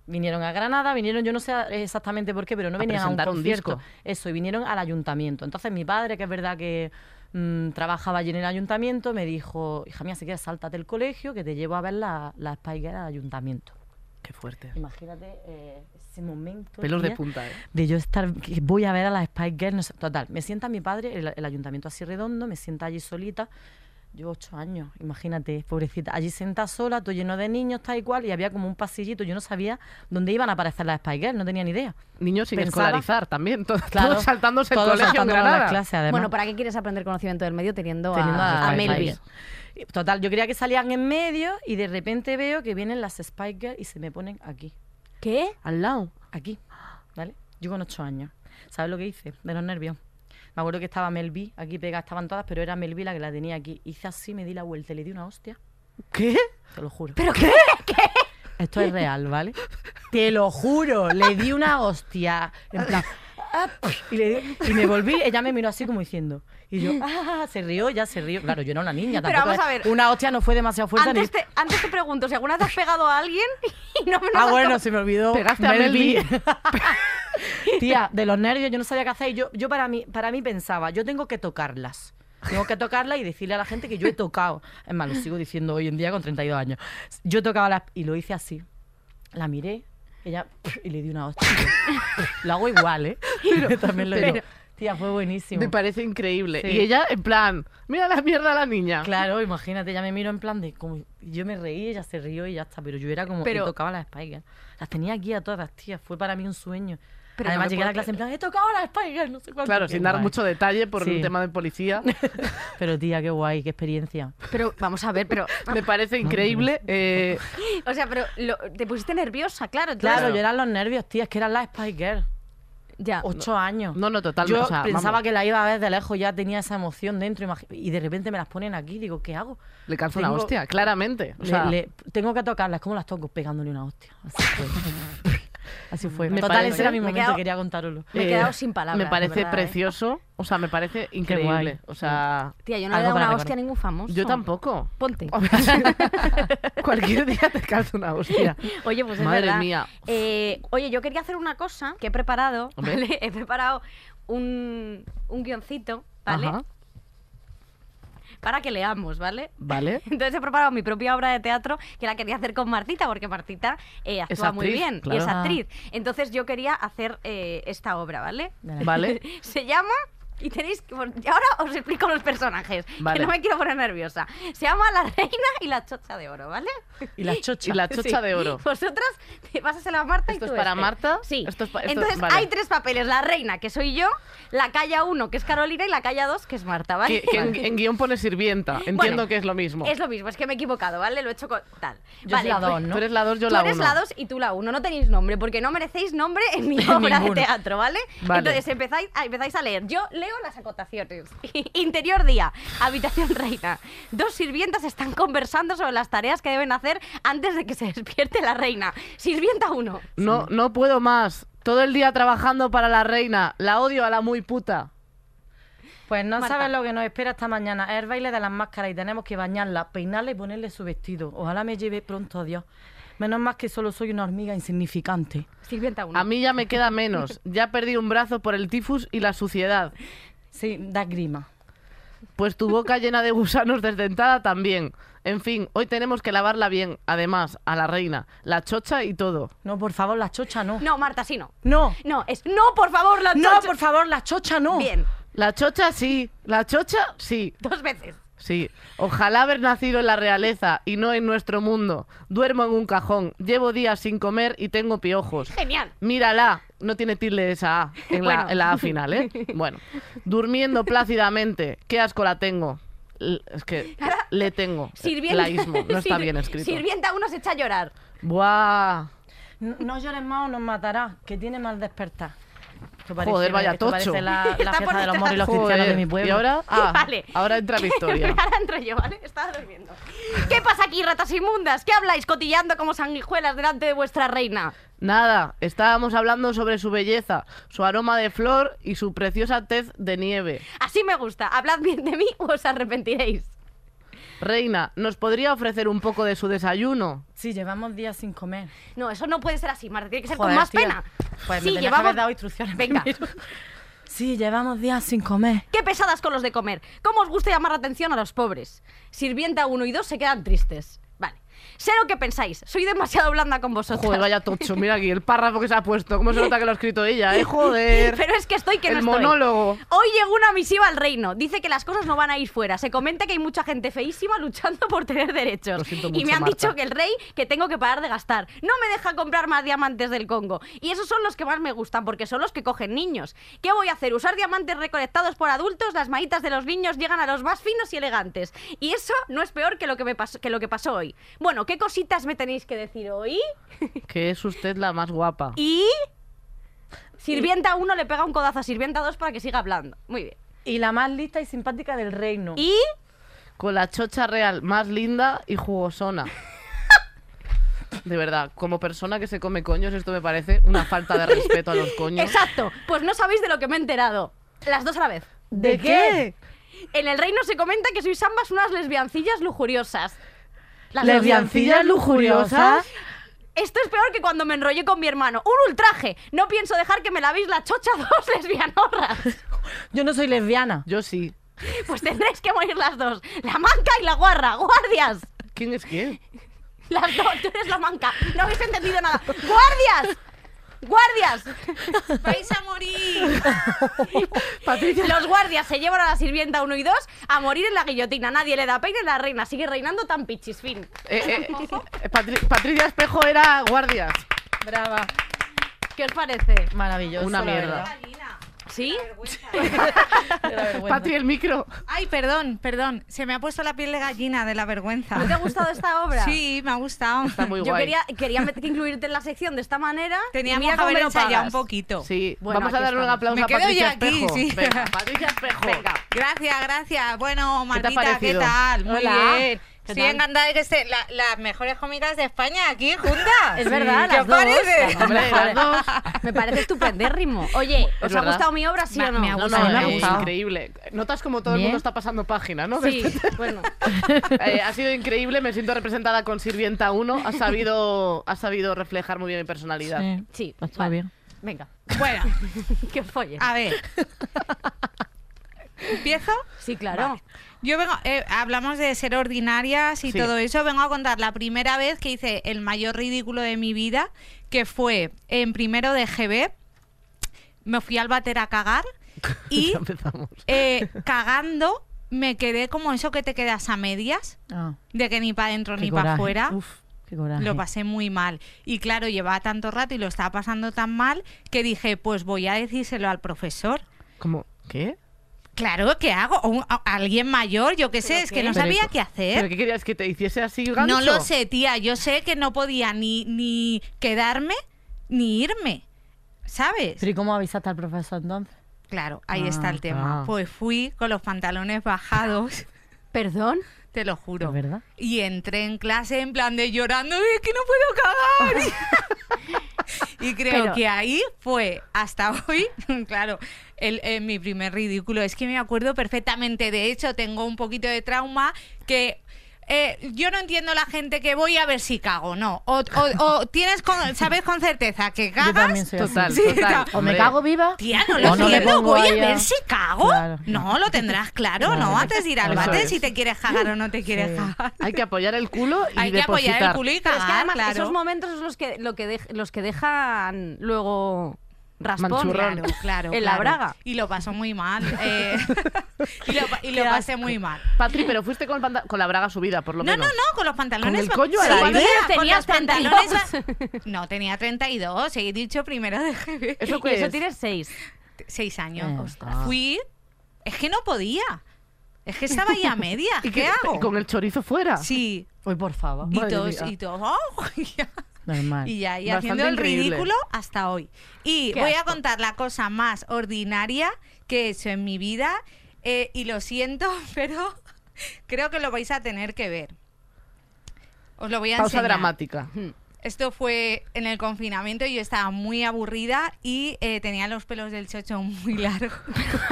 S4: Vinieron a Granada, vinieron, yo no sé exactamente por qué, pero no
S2: A
S4: venían a un
S2: presentar un
S4: concierto.
S2: disco.
S4: Eso, y vinieron al ayuntamiento. Entonces mi padre, que es verdad que mm, trabajaba allí en el ayuntamiento, me dijo, hija mía, si quieres, sáltate el colegio que te llevo a ver las la Spice Girls al ayuntamiento.
S2: Qué fuerte.
S4: Imagínate eh, ese momento.
S2: Pelos de
S4: tía.
S2: punta, ¿eh?
S4: de yo estar, que voy a ver a las Spice Girls, no sé, total, me sienta mi padre, el, el ayuntamiento así redondo, me sienta allí solita, Yo ocho años, imagínate, pobrecita. Allí sentada sola, todo lleno de niños, tal y cual, y había como un pasillito. Yo no sabía dónde iban a aparecer las Spice Girls, no tenía ni idea.
S2: Niños sin
S4: Pensaba-
S2: escolarizar también, to-
S4: Claro,
S2: todos saltándose el
S4: todos
S2: colegio en
S4: saltándonos las
S2: Granada.
S4: clases, además.
S3: Bueno, ¿para qué quieres aprender conocimiento del medio teniendo,
S4: Teniendo
S3: a,
S4: a-
S3: a
S4: a
S3: Melvin?
S4: Spice. Total, yo creía que salían en medio y de repente veo que vienen las Spice Girls y se me ponen aquí,
S3: ¿Qué?
S2: Al lado.
S4: aquí, ¿vale? Yo con ocho años. ¿Sabes lo que hice? De los nervios. Me acuerdo que estaba Melvi, aquí pega, estaban todas, pero era Melvi la que la tenía aquí. Hice así, me di la vuelta y le di una hostia.
S2: ¿Qué?
S4: Te lo juro.
S3: ¿Pero qué?
S4: Esto es real, ¿vale? Te lo juro, le di una hostia. En plan, ah, y, le di- y me volví, ella me miró así como diciendo. Y yo, ah, se rió, ya se rió. Claro, yo era una niña,
S3: Pero
S4: tampoco
S3: vamos a
S4: es-
S3: ver.
S4: Una hostia no fue demasiado fuerte.
S3: Antes te, antes te pregunto si alguna vez has pegado a alguien y no me lo
S4: Ah,
S3: has
S4: bueno, se me olvidó.
S2: Pegaste a
S4: Melvi.
S2: Melvi.
S4: Tía, de los nervios yo no sabía qué hacer. Y yo, yo para mí, para mí pensaba, yo tengo que tocarlas. Tengo que tocarlas y decirle a la gente que yo he tocado. Es más, lo sigo diciendo hoy en día con 32 años. Yo he tocado las... Y lo hice así. La miré, ella... Y le di una hostia. lo hago igual, ¿eh? También lo
S2: pero-
S4: digo. Tía, fue buenísimo.
S2: Me parece increíble.
S4: Sí.
S2: Y ella, en plan, mira la mierda a la niña.
S4: Claro, imagínate, ya me miro en plan de como yo me reí, ella se rió y ya está, pero yo era como
S3: Pero-
S4: que tocaba las Spikers. Las tenía aquí a todas, tía, fue para mí un sueño.
S3: Pero no
S4: Además
S3: me
S4: llegué a la
S3: puedo
S4: clase en plan, he tocado las Spikers, no sé cuánto.
S2: Claro,
S4: Qué
S2: sin dar
S4: guay.
S2: mucho detalle por
S4: Sí.
S2: un tema de policía.
S4: Pero tía, qué guay, qué experiencia.
S3: Pero vamos a ver, pero.
S2: Me parece increíble. eh,
S3: O sea, pero lo- te pusiste nerviosa, claro. entonces-
S4: Claro, yo eran los nervios, tía, es que eran las Spikers.
S3: Ya.
S4: Ocho años.
S2: no, no, totalmente.
S4: Yo
S2: o sea,
S4: pensaba
S2: vamos,
S4: que la iba a ver de lejos, ya tenía esa emoción dentro imagi- y de repente me las ponen aquí, digo, ¿qué hago?
S2: Le calzo una
S4: tengo-
S2: hostia, claramente. O
S4: Le-
S2: sea,
S4: le- tengo que tocarlas, ¿cómo las toco? Pegándole una hostia. Así fue. Así fue.
S2: Me
S4: Total,
S2: parece-
S4: ese era mi
S3: me he
S4: momento,
S3: quedado-
S4: quería contaroslo.
S3: me he
S2: eh,
S3: quedado sin palabras,
S2: Me parece
S3: de verdad, ¿eh?
S2: precioso. O sea, me parece increíble.
S4: guay.
S2: O sea,
S3: Tía, yo no le he
S4: Algo
S3: dado una
S4: para recordar.
S3: hostia a ningún famoso.
S2: yo tampoco.
S3: Ponte.
S2: Cualquier día te calzo una hostia.
S3: Oye, pues es
S2: Madre
S3: verdad.
S2: mía.
S3: Eh, oye, yo quería hacer una cosa que he preparado,
S2: Hombre.
S3: ¿vale? He preparado un, un guioncito, ¿vale?
S2: Ajá,
S3: Para que leamos, ¿vale?
S2: vale.
S3: Entonces he preparado mi propia obra de teatro que la quería hacer con Martita, porque Martita eh, actúa
S2: Es
S3: muy
S2: actriz,
S3: bien y
S2: claro.
S3: es
S4: Ah.
S3: actriz. Entonces yo quería hacer eh, esta obra, ¿vale?
S4: Vale.
S2: Vale.
S3: Se llama. Y tenéis. que- bueno, y ahora os explico los personajes,
S2: Vale.
S3: que no me quiero poner nerviosa. Se llama La Reina y la Chocha de Oro, ¿vale?
S4: Y las chochas.
S2: Y la chocha de oro.
S3: Vosotras te pasas a la Marta
S2: ¿Esto
S3: y
S2: es
S3: tú
S2: para
S3: este.
S2: Marta?
S3: Sí.
S2: Esto es pa- esto-
S3: Entonces
S2: vale.
S3: hay tres papeles: la reina, que soy yo, la calla 1, que es Carolina, y la calla 2, que es Marta, ¿vale?
S2: Que, que en, en guión pone sirvienta. Entiendo
S3: Bueno,
S2: que es lo mismo.
S3: Es lo mismo, es que me he equivocado, ¿vale? Lo he hecho con tal.
S4: Yo soy
S3: Vale,
S4: la
S3: pues-
S4: dos, ¿no?
S2: Tú eres la 2, yo
S3: Tú
S2: la 1.
S3: eres la 2 y tú la 1. No tenéis nombre porque no merecéis nombre en mi
S4: En
S3: obra de
S4: ninguno.
S3: teatro, ¿vale?
S2: Vale.
S3: Entonces empezáis a, empezáis a leer. Yo leo las acotaciones. Interior día, habitación reina. Dos sirvientas están conversando sobre las tareas que deben hacer antes de que se despierte la reina. Sirvienta 1.
S2: No, no puedo más. Todo el día trabajando para la reina. La odio a la muy puta.
S4: Pues no
S3: Marta.
S4: sabes lo que nos espera esta mañana. Es el baile de las máscaras y tenemos que bañarla, peinarla y ponerle su vestido. Ojalá me lleve pronto Dios. Menos más que solo soy una hormiga insignificante.
S3: Sirvienta 1.
S2: A mí ya me queda menos. Ya perdí un brazo por el tifus y la suciedad.
S4: Sí, da grima.
S2: Pues tu boca llena de gusanos desdentada también. En fin, hoy tenemos que lavarla bien. Además, a la reina, la chocha y todo.
S4: No, por favor, la chocha no.
S3: No, Marta, sí no.
S4: No,
S3: No, es no, por favor, la
S4: no,
S3: chocha.
S4: por favor, la chocha no.
S3: Bien,
S2: La chocha sí, la chocha sí,
S3: dos veces.
S2: sí. Ojalá haber nacido en la realeza y no en nuestro mundo. Duermo en un cajón, llevo días sin comer y tengo piojos.
S3: Genial.
S4: Eh,
S2: Mírala, no tiene tilde esa A en,
S3: Bueno.
S2: la, en la A final, ¿eh? Bueno, durmiendo plácidamente, qué asco la tengo. L- es que le tengo.
S3: Sirvienta.
S2: Laísmo, no está
S3: Sir-
S2: bien escrito.
S3: Sirvienta 1 se echa a llorar.
S2: Buah.
S4: No, no llores más o nos matará, que tiene mal despertar. Esto parece-
S2: Joder, vaya
S4: esto
S2: tocho.
S4: parece la, la
S3: Está por
S4: fiesta de los
S3: detrás.
S4: moros y los cristianos
S2: Joder.
S4: de mi pueblo.
S2: Y ahora, ah,
S3: Vale.
S2: ahora entra Victoria.
S3: Ahora entro yo, ¿vale? Estaba durmiendo. ¿Qué pasa aquí, ratas inmundas? ¿Qué habláis cotillando como sanguijuelas delante de vuestra reina?
S2: Nada, estábamos hablando sobre su belleza, su aroma de flor y su preciosa tez de nieve.
S3: Así me gusta. Hablad bien de mí o os arrepentiréis.
S2: Reina, ¿nos podría ofrecer un poco de su desayuno?
S4: Sí, llevamos días sin comer.
S3: No, eso no puede ser así, Marta. Tiene que ser
S4: Joder,
S3: con más
S4: tía.
S3: pena.
S4: Pues me
S3: sí,
S4: tenías que
S3: llevamos...
S4: haber dado instrucciones
S3: Venga.
S4: primero. Sí, llevamos días sin comer.
S3: Qué pesadas con los de comer. ¿Cómo os gusta llamar la atención a los pobres? Sirvienta uno y dos se quedan tristes. Vale. Sé lo que pensáis. Soy demasiado blanda con vosotros.
S2: Joder, vaya tocho, mira aquí el párrafo que se ha puesto. ¿Cómo se nota que lo ha escrito ella, eh? Joder.
S3: Pero es que estoy que
S2: el
S3: no estoy.
S2: monólogo.
S3: Hoy llegó una misiva al reino. Dice que las cosas no van a ir fuera. Se comenta que hay mucha gente feísima luchando por tener derechos.
S2: Lo siento
S3: y me
S2: mucho,
S3: han dicho
S2: Marta.
S3: que el rey que tengo que parar de gastar. No me deja comprar más diamantes del Congo. Y esos son los que más me gustan porque son los que cogen niños. ¿Qué voy a hacer? ¿Usar diamantes recolectados por adultos? Las manitas de los niños llegan a los más finos y elegantes. Y eso no es peor que lo que, me pasó, que lo que pasó hoy. Bueno, ¿qué cositas me tenéis que decir hoy?
S2: Que es usted la más guapa.
S3: Y... Sirvienta 1 le pega un codazo a Sirvienta 2 para que siga hablando. Muy bien.
S4: Y la más lista y simpática del reino.
S3: Y
S2: Con la chocha real más linda y jugosona. De verdad, como persona que se come coños, esto me parece una falta de respeto a los coños.
S3: Exacto, pues no sabéis de lo que me he enterado. Las dos a la vez.
S4: ¿De qué?
S3: En el reino se comenta que sois ambas unas lesbiancillas lujuriosas. Las
S4: Lesbian-
S3: lesbian-
S4: ¿Lesbiancillas lujuriosas?
S3: Esto es peor que cuando me enrollé con mi hermano. ¡Un ultraje! No pienso dejar que me lavéis la chocha dos lesbianorras.
S4: Yo no soy lesbiana.
S2: Yo sí.
S3: Pues tendréis que morir las dos. La manca y la guarra. ¡Guardias!
S2: ¿Quién es quién?
S3: Las dos. Tú eres la manca. No habéis entendido nada. ¡Guardias! ¡Guardias! ¡Vais a morir!
S2: Patricia.
S3: Los guardias se llevan a la sirvienta 1 y 2 a morir en la guillotina. Nadie le da peine a la reina. Sigue reinando tan pichis. Fin.
S2: Eh, eh, eh, Patri- Patricia Espejo era guardias.
S4: Brava.
S3: ¿Qué os parece?
S4: Maravilloso.
S2: Una
S4: la
S2: mierda.
S4: verdad.
S3: ¿Sí?
S4: Me da vergüenza.
S2: Patri, el micro.
S6: Ay, perdón, perdón. Se me ha puesto la piel de gallina de la vergüenza.
S3: ¿No te ha gustado esta obra?
S6: Sí, me ha gustado.
S2: Está muy
S3: Yo
S2: guay.
S3: quería, quería met- incluirte en la sección de esta manera. y
S6: Teníamos
S3: mira
S6: que
S3: cómo
S6: haber
S3: me lo
S6: ensayado un
S3: pagas.
S6: poquito.
S2: Sí,
S3: Bueno,
S2: vamos a
S3: aquí
S2: darle un
S3: estamos.
S2: aplauso
S6: Me
S2: a
S6: quedo
S2: Patricia
S6: yo aquí,
S2: Espejo.
S6: sí.
S2: Venga, Patricia Espejo.
S3: Venga.
S6: Gracias, gracias. Bueno,
S2: ¿Qué te ha
S6: Martita, ¿qué,
S2: parecido?
S6: tal? Muy
S3: Hola.
S6: bien.
S3: ¿Qué
S6: Estoy
S3: tal?
S6: encantada de que estén la- las mejores cómicas de España aquí juntas.
S3: Es verdad,
S6: ¿Qué
S3: las
S6: os
S3: dos.
S6: parece?
S2: Hombre, las dos.
S3: Me parece estupendérrimo. Oye, ¿os ha
S2: verdad.
S3: gustado mi obra, sí
S6: Me-
S3: o no?
S6: me ha
S2: No,
S6: A
S2: no,
S6: mí me ha
S2: eh,
S6: gustado.
S2: increíble. Notas como todo el
S4: Bien.
S2: mundo está pasando página, ¿no? este
S3: Sí, bueno.
S2: Eh, ha sido increíble, me siento representada con Sirvienta 1. Ha sabido, ha sabido reflejar muy bien mi personalidad.
S4: Sí.
S3: Sí,
S4: Ha estado
S3: vale.
S4: bien.
S3: Venga,
S6: Bueno,
S3: que os follen.
S6: a ver. ¿Empiezo?
S3: Sí, claro.
S6: Vale. Yo vengo, eh, hablamos de ser ordinarias y
S2: Sí.
S6: todo eso. Vengo a contar la primera vez que hice el mayor ridículo de mi vida, que fue en primero de GB. Me fui al bater a cagar y
S2: Ya empezamos.
S6: eh, cagando me quedé como eso que te quedas a medias,
S4: Ah,
S6: de que ni para adentro
S4: qué
S6: ni
S4: coraje.
S6: para afuera.
S4: Uf, qué coraje.
S6: Lo pasé muy mal. Y claro, llevaba tanto rato y lo estaba pasando tan mal que dije, pues voy a decírselo al profesor.
S2: ¿Cómo? ¿Qué?
S6: Claro, ¿qué hago? O un- a- alguien mayor, yo qué sé, es que no
S2: Pero-
S6: sabía qué
S2: ¿Pero
S6: hacer.
S2: qué querías que te hiciese así, gancho?
S6: No lo sé, tía. Yo sé que no podía ni, ni quedarme ni irme. ¿Sabes?
S4: Pero ¿y cómo avisaste al profesor entonces?
S6: Claro, ahí
S4: Ah,
S6: está el tema.
S4: claro.
S6: Pues fui con los pantalones bajados,
S3: ¿Perdón?
S6: te lo
S4: ¿De
S6: juro.
S4: verdad?
S6: Y entré en clase en plan de llorando, es que no puedo cagar. y creo
S3: Pero-
S6: que ahí fue hasta hoy, claro, el, eh, mi primer ridículo. Es que me acuerdo perfectamente, de hecho tengo un poquito de trauma que... eh, yo no entiendo la gente que voy a ver si cago, no. O, o- o tienes con- sabes con certeza que
S4: Yo también
S6: cagas.
S4: soy así.
S2: Total,
S6: Sí,
S2: total.
S6: no.
S4: O me
S2: hombre.
S4: cago viva.
S6: Tía, no lo
S4: O no le
S6: entiendo.
S4: pongo
S6: voy a
S4: ahí a-
S6: ver si cago.
S4: Claro.
S6: No, lo tendrás claro, ¿no?
S4: Claro.
S6: Antes de ir al
S2: Eso
S6: bate,
S2: es.
S6: si te quieres cagar o no te
S4: Sí.
S6: quieres cagar.
S2: Hay que apoyar el culo y
S6: Hay que
S2: depositar.
S6: apoyar el culo y
S3: Pero es que
S6: cagar,
S3: además
S6: claro.
S3: esos momentos son los que, lo que dej- los que dejan luego raspón.
S2: Manchurrón.
S6: Claro, claro,
S3: En la
S6: claro.
S3: braga.
S6: Y lo pasó muy mal. eh, y lo, pa- y lo pasé muy mal.
S2: Patri, pero fuiste con, el panda- con la braga subida, por lo
S6: No, no,
S2: menos.
S6: no, con los pantalones.
S2: ¿Con el
S6: ba-
S2: coño al
S6: con
S2: aire?
S6: los
S3: Pero tenías
S6: pantalones
S3: 32.
S6: ba- No, tenía 32, he dicho primero de GB.
S2: ¿Eso
S3: Y
S2: qué
S3: eso
S2: es?
S3: tienes seis.
S6: Seis
S4: Eh,
S6: años.
S4: ostras.
S6: Fui. Es que no podía. Es que estaba ahí a medias.
S2: ¿Y
S6: ¿Qué,
S2: qué-
S6: hago?
S2: Con el chorizo fuera.
S6: Sí.
S4: Uy, por favor.
S6: Y
S2: Madre
S6: todos,
S2: mía.
S6: y todos, ¡oh! y ya,
S4: Normal.
S6: y ya, y
S2: Bastante
S6: haciendo el
S2: increíble.
S6: ridículo hasta hoy. Y
S3: Qué
S6: voy a
S3: asco.
S6: contar la cosa más ordinaria que he hecho en mi vida. eh, y lo siento, pero creo que lo vais a tener que ver. Os lo voy a
S2: Pausa
S6: enseñar.
S2: dramática.
S6: Esto fue en el confinamiento y yo estaba muy aburrida y eh, tenía los pelos del chocho muy largos.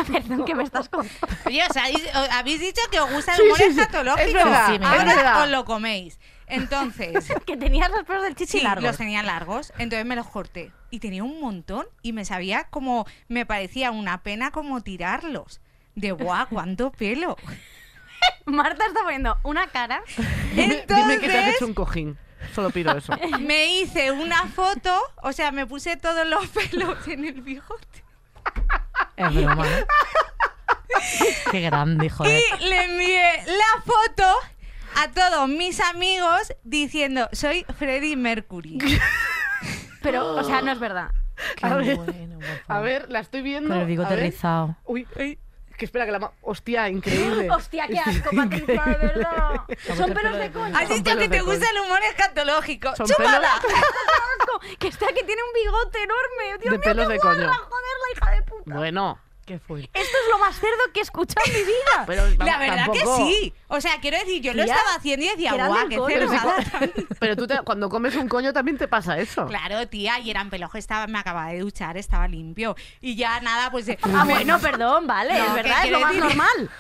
S3: Perdón, que me estás contando.
S6: Oye, os habéis, os habéis dicho que os gusta el
S2: Sí,
S6: humor
S2: sí, sí.
S6: escatológico.
S2: Es verdad,
S4: Sí, me
S6: Ahora
S2: encanta. Es verdad.
S6: os lo coméis. Entonces,
S3: Que tenías los pelos del chichi
S6: sí,
S3: largos.
S6: los tenía largos, entonces me los corté. Y tenía un montón y me sabía como, me parecía una pena como tirarlos. De guau, cuánto pelo.
S3: Marta está poniendo una cara.
S2: Dime, dime que te has hecho un cojín. Solo pido eso.
S6: me hice una foto, o sea, me puse todos los pelos en el bigote
S4: Es broma. ¿no? Qué grande, joder.
S6: y le envié la foto a todos mis amigos diciendo, soy Freddie Mercury.
S3: Pero, o sea, no es verdad.
S4: Qué
S2: a ver.
S4: bueno, por favor.
S2: A ver, la estoy viendo.
S4: Con el
S2: a
S4: bigote
S2: ver.
S4: rizado.
S2: Uy, ay, que espera que la... ma- Hostia, increíble.
S3: Hostia, qué asco, Patricia, de verdad. Son pelos de coña.
S6: Has
S2: Son
S6: dicho
S2: pelos
S6: que
S2: de
S6: te
S2: cola.
S6: gusta el humor escatológico.
S2: Son
S6: ¡Chúpala!
S2: pelos-
S3: asco! Que está que tiene un bigote enorme. Dios
S2: De
S3: mío,
S2: pelos
S3: qué
S2: de
S3: guarra,
S2: coño.
S3: joder, la hija de puta.
S2: Bueno,
S4: ¿Qué fue?
S3: Esto es lo más cerdo que he escuchado en mi vida.
S2: pero
S6: La
S2: vamos,
S6: verdad
S2: tampoco-
S6: que sí. O sea, quiero decir, yo lo
S3: Tía,
S6: estaba haciendo y decía,
S3: que eran
S6: guau,
S3: del
S6: qué
S3: coño".
S2: Pero, sí
S6: cerrada.
S2: cu- pero tú te- cuando comes un coño también te pasa eso.
S6: Claro, tía, y eran pelojos, estaba, me acababa de duchar, estaba limpio. Y ya nada, pues. eh,
S3: Ah,
S6: me-
S3: bueno, perdón, vale,
S6: No,
S3: es
S6: que
S3: verdad, es lo
S6: quiero
S3: más
S6: decir-
S3: normal.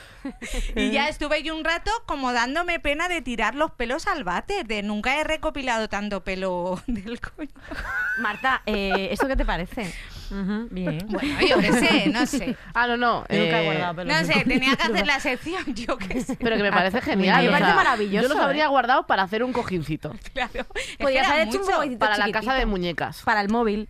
S6: Y ya estuve yo un rato como dándome pena de tirar los pelos al váter, de nunca he recopilado tanto pelo del coño.
S3: Marta, eh, ¿esto qué te parece?
S4: Ujú, bien.
S6: Bueno, yo qué sé, no sé.
S2: Ah, no, no.
S4: Yo nunca he
S2: eh,
S4: guardado pelos.
S6: No
S4: en
S6: sé,
S4: el-
S6: tenía que hacer la sección, yo qué sé.
S2: Pero que me parece
S4: A
S2: genial.
S4: mí me
S2: o sea,
S4: parece
S3: maravilloso,
S2: Yo los habría guardado para hacer un cojincito.
S6: Claro.
S3: Podrías
S6: Era
S3: haber hecho un
S6: mucho.
S3: bobadito
S2: Para la
S3: chiquitito.
S2: casa de muñecas.
S3: Para el móvil.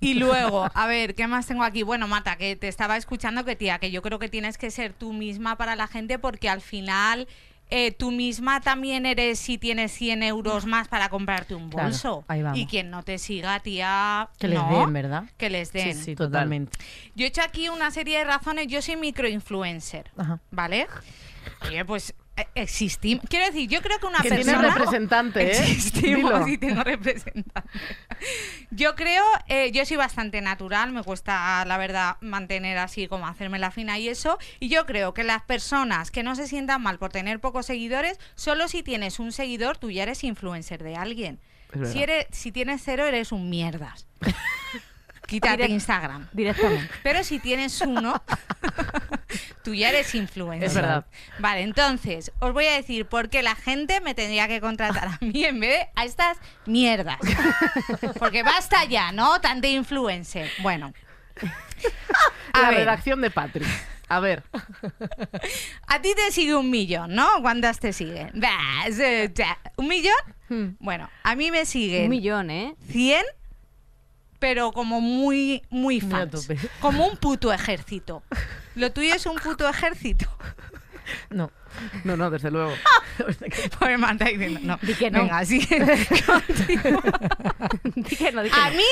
S6: Y luego, a ver, ¿qué más tengo aquí? Bueno, Mata, que te estaba escuchando que tía, que yo creo que tienes que ser tú misma para la gente porque al final eh, tú misma también eres si tienes 100 euros más para comprarte un
S4: Mm. Claro,
S6: bolso.
S4: ahí vamos.
S6: Y quien no te siga, tía,
S4: Que les
S6: no,
S4: den, ¿verdad?
S6: Que les
S4: Sí,
S6: den.
S4: sí,
S2: Total.
S4: totalmente.
S6: Yo he hecho aquí una serie de razones, yo soy microinfluencer,
S4: Ajá.
S6: ¿vale? Oye, pues eh, existimos. Quiero decir, yo creo que una
S2: Que tiene
S6: persona
S2: representante, ¿eh?
S6: Existimos
S2: Dilo.
S6: y tengo representante. Yo creo, eh, yo soy bastante natural, me cuesta, la verdad, mantener así como hacerme la fina y eso. Y yo creo que las personas que no se sientan mal por tener pocos seguidores, solo si tienes un seguidor, tú ya eres influencer de alguien.
S2: Es verdad.
S6: Si, eres, si tienes cero, eres un mierdas. Quítate
S3: Direct-
S6: Instagram.
S3: Directamente.
S6: Pero si tienes uno, tú ya eres influencer.
S2: Es verdad.
S6: Vale, entonces, os voy a decir por qué la gente me tendría que contratar a mí en vez de a estas mierdas. Porque basta ya, ¿no? Tante influencer. Bueno. A
S2: la
S6: ver.
S2: redacción de Patrick. A ver.
S6: A ti te sigue un millón, ¿no? ¿Cuántas te siguen? Bah, ze- ya. ¿Un
S2: Hmm.
S6: millón? Bueno, a mí me
S3: Un
S6: siguen
S3: millón, ¿eh?
S6: 100, pero como muy, muy
S4: Muy a
S6: fans.
S4: tope.
S6: Como un puto ejército. Lo tuyo es un puto ejército.
S4: No.
S2: No, no, desde luego.
S6: Pobre Marta Pues diciendo, no.
S3: Di que no.
S6: Venga, siguiente.
S3: Di que no, di que
S6: A
S3: no.
S6: mí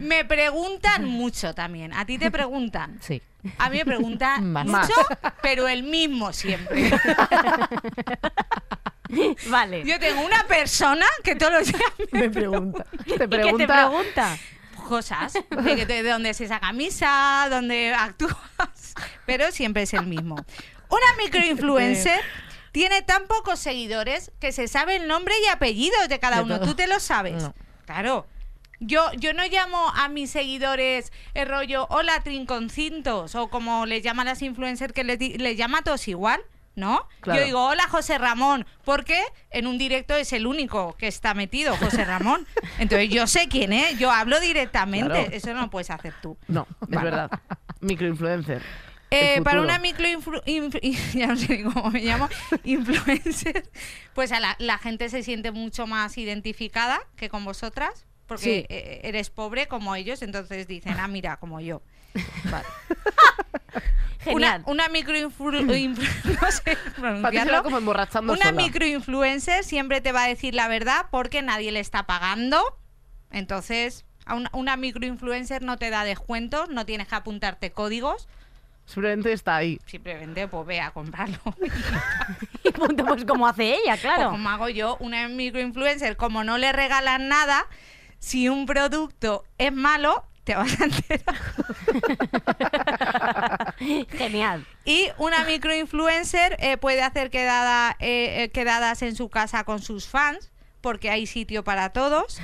S6: me preguntan mucho también. A ti te preguntan.
S4: Sí.
S6: A mí me preguntan
S4: Más.
S6: mucho, pero el mismo siempre.
S3: Vale.
S6: Yo tengo una persona que todos los días
S4: Me pregunta.
S2: Te
S3: ¿Y qué te
S2: pregunta.
S3: pregunta?
S6: cosas de, que- de dónde es esa camisa, dónde actúas, pero siempre es el mismo. Una microinfluencer tiene tan pocos seguidores que se sabe el nombre y apellido de cada
S4: De
S6: uno.
S4: todo.
S6: Tú te lo sabes.
S4: No.
S6: Claro. Yo, yo no llamo a mis seguidores el rollo hola trinconcintos o como les llaman las influencers que les, di- les llama a todos igual, ¿no?
S2: Claro.
S6: Yo digo hola José Ramón porque en un directo es el único que está metido José Ramón. Entonces yo sé quién es, yo hablo directamente,
S2: Claro.
S6: eso no lo puedes hacer tú.
S2: No, es verdad. Microinfluencer.
S6: Eh,
S2: El
S6: para
S2: futuro.
S6: una microinflu... influ- ya no sé ni cómo me llamo, influencer, pues a la, la gente se siente mucho más identificada que con vosotras, porque
S3: Sí.
S6: eh, eres pobre como ellos, entonces dicen, ah, mira, como yo. Vale.
S3: Genial.
S6: Una, una microinfluencer... no sé
S2: Patricia va
S6: pronunciarlo.
S2: como emborrachando
S6: Una
S2: sola.
S6: microinfluencer siempre te va a decir la verdad porque nadie le está pagando. Entonces, a una, una microinfluencer no te da descuentos, no tienes que apuntarte códigos.
S2: Simplemente está ahí.
S6: Simplemente, pues ve a comprarlo.
S3: Y punto, pues como hace ella,
S6: O
S3: claro.
S6: como hago yo, una microinfluencer, como no le regalan nada, si un producto es malo, te vas a enterar.
S3: Genial.
S6: Y una microinfluencer eh, puede hacer quedada, eh, eh, quedadas en su casa con sus fans, porque hay sitio para todos.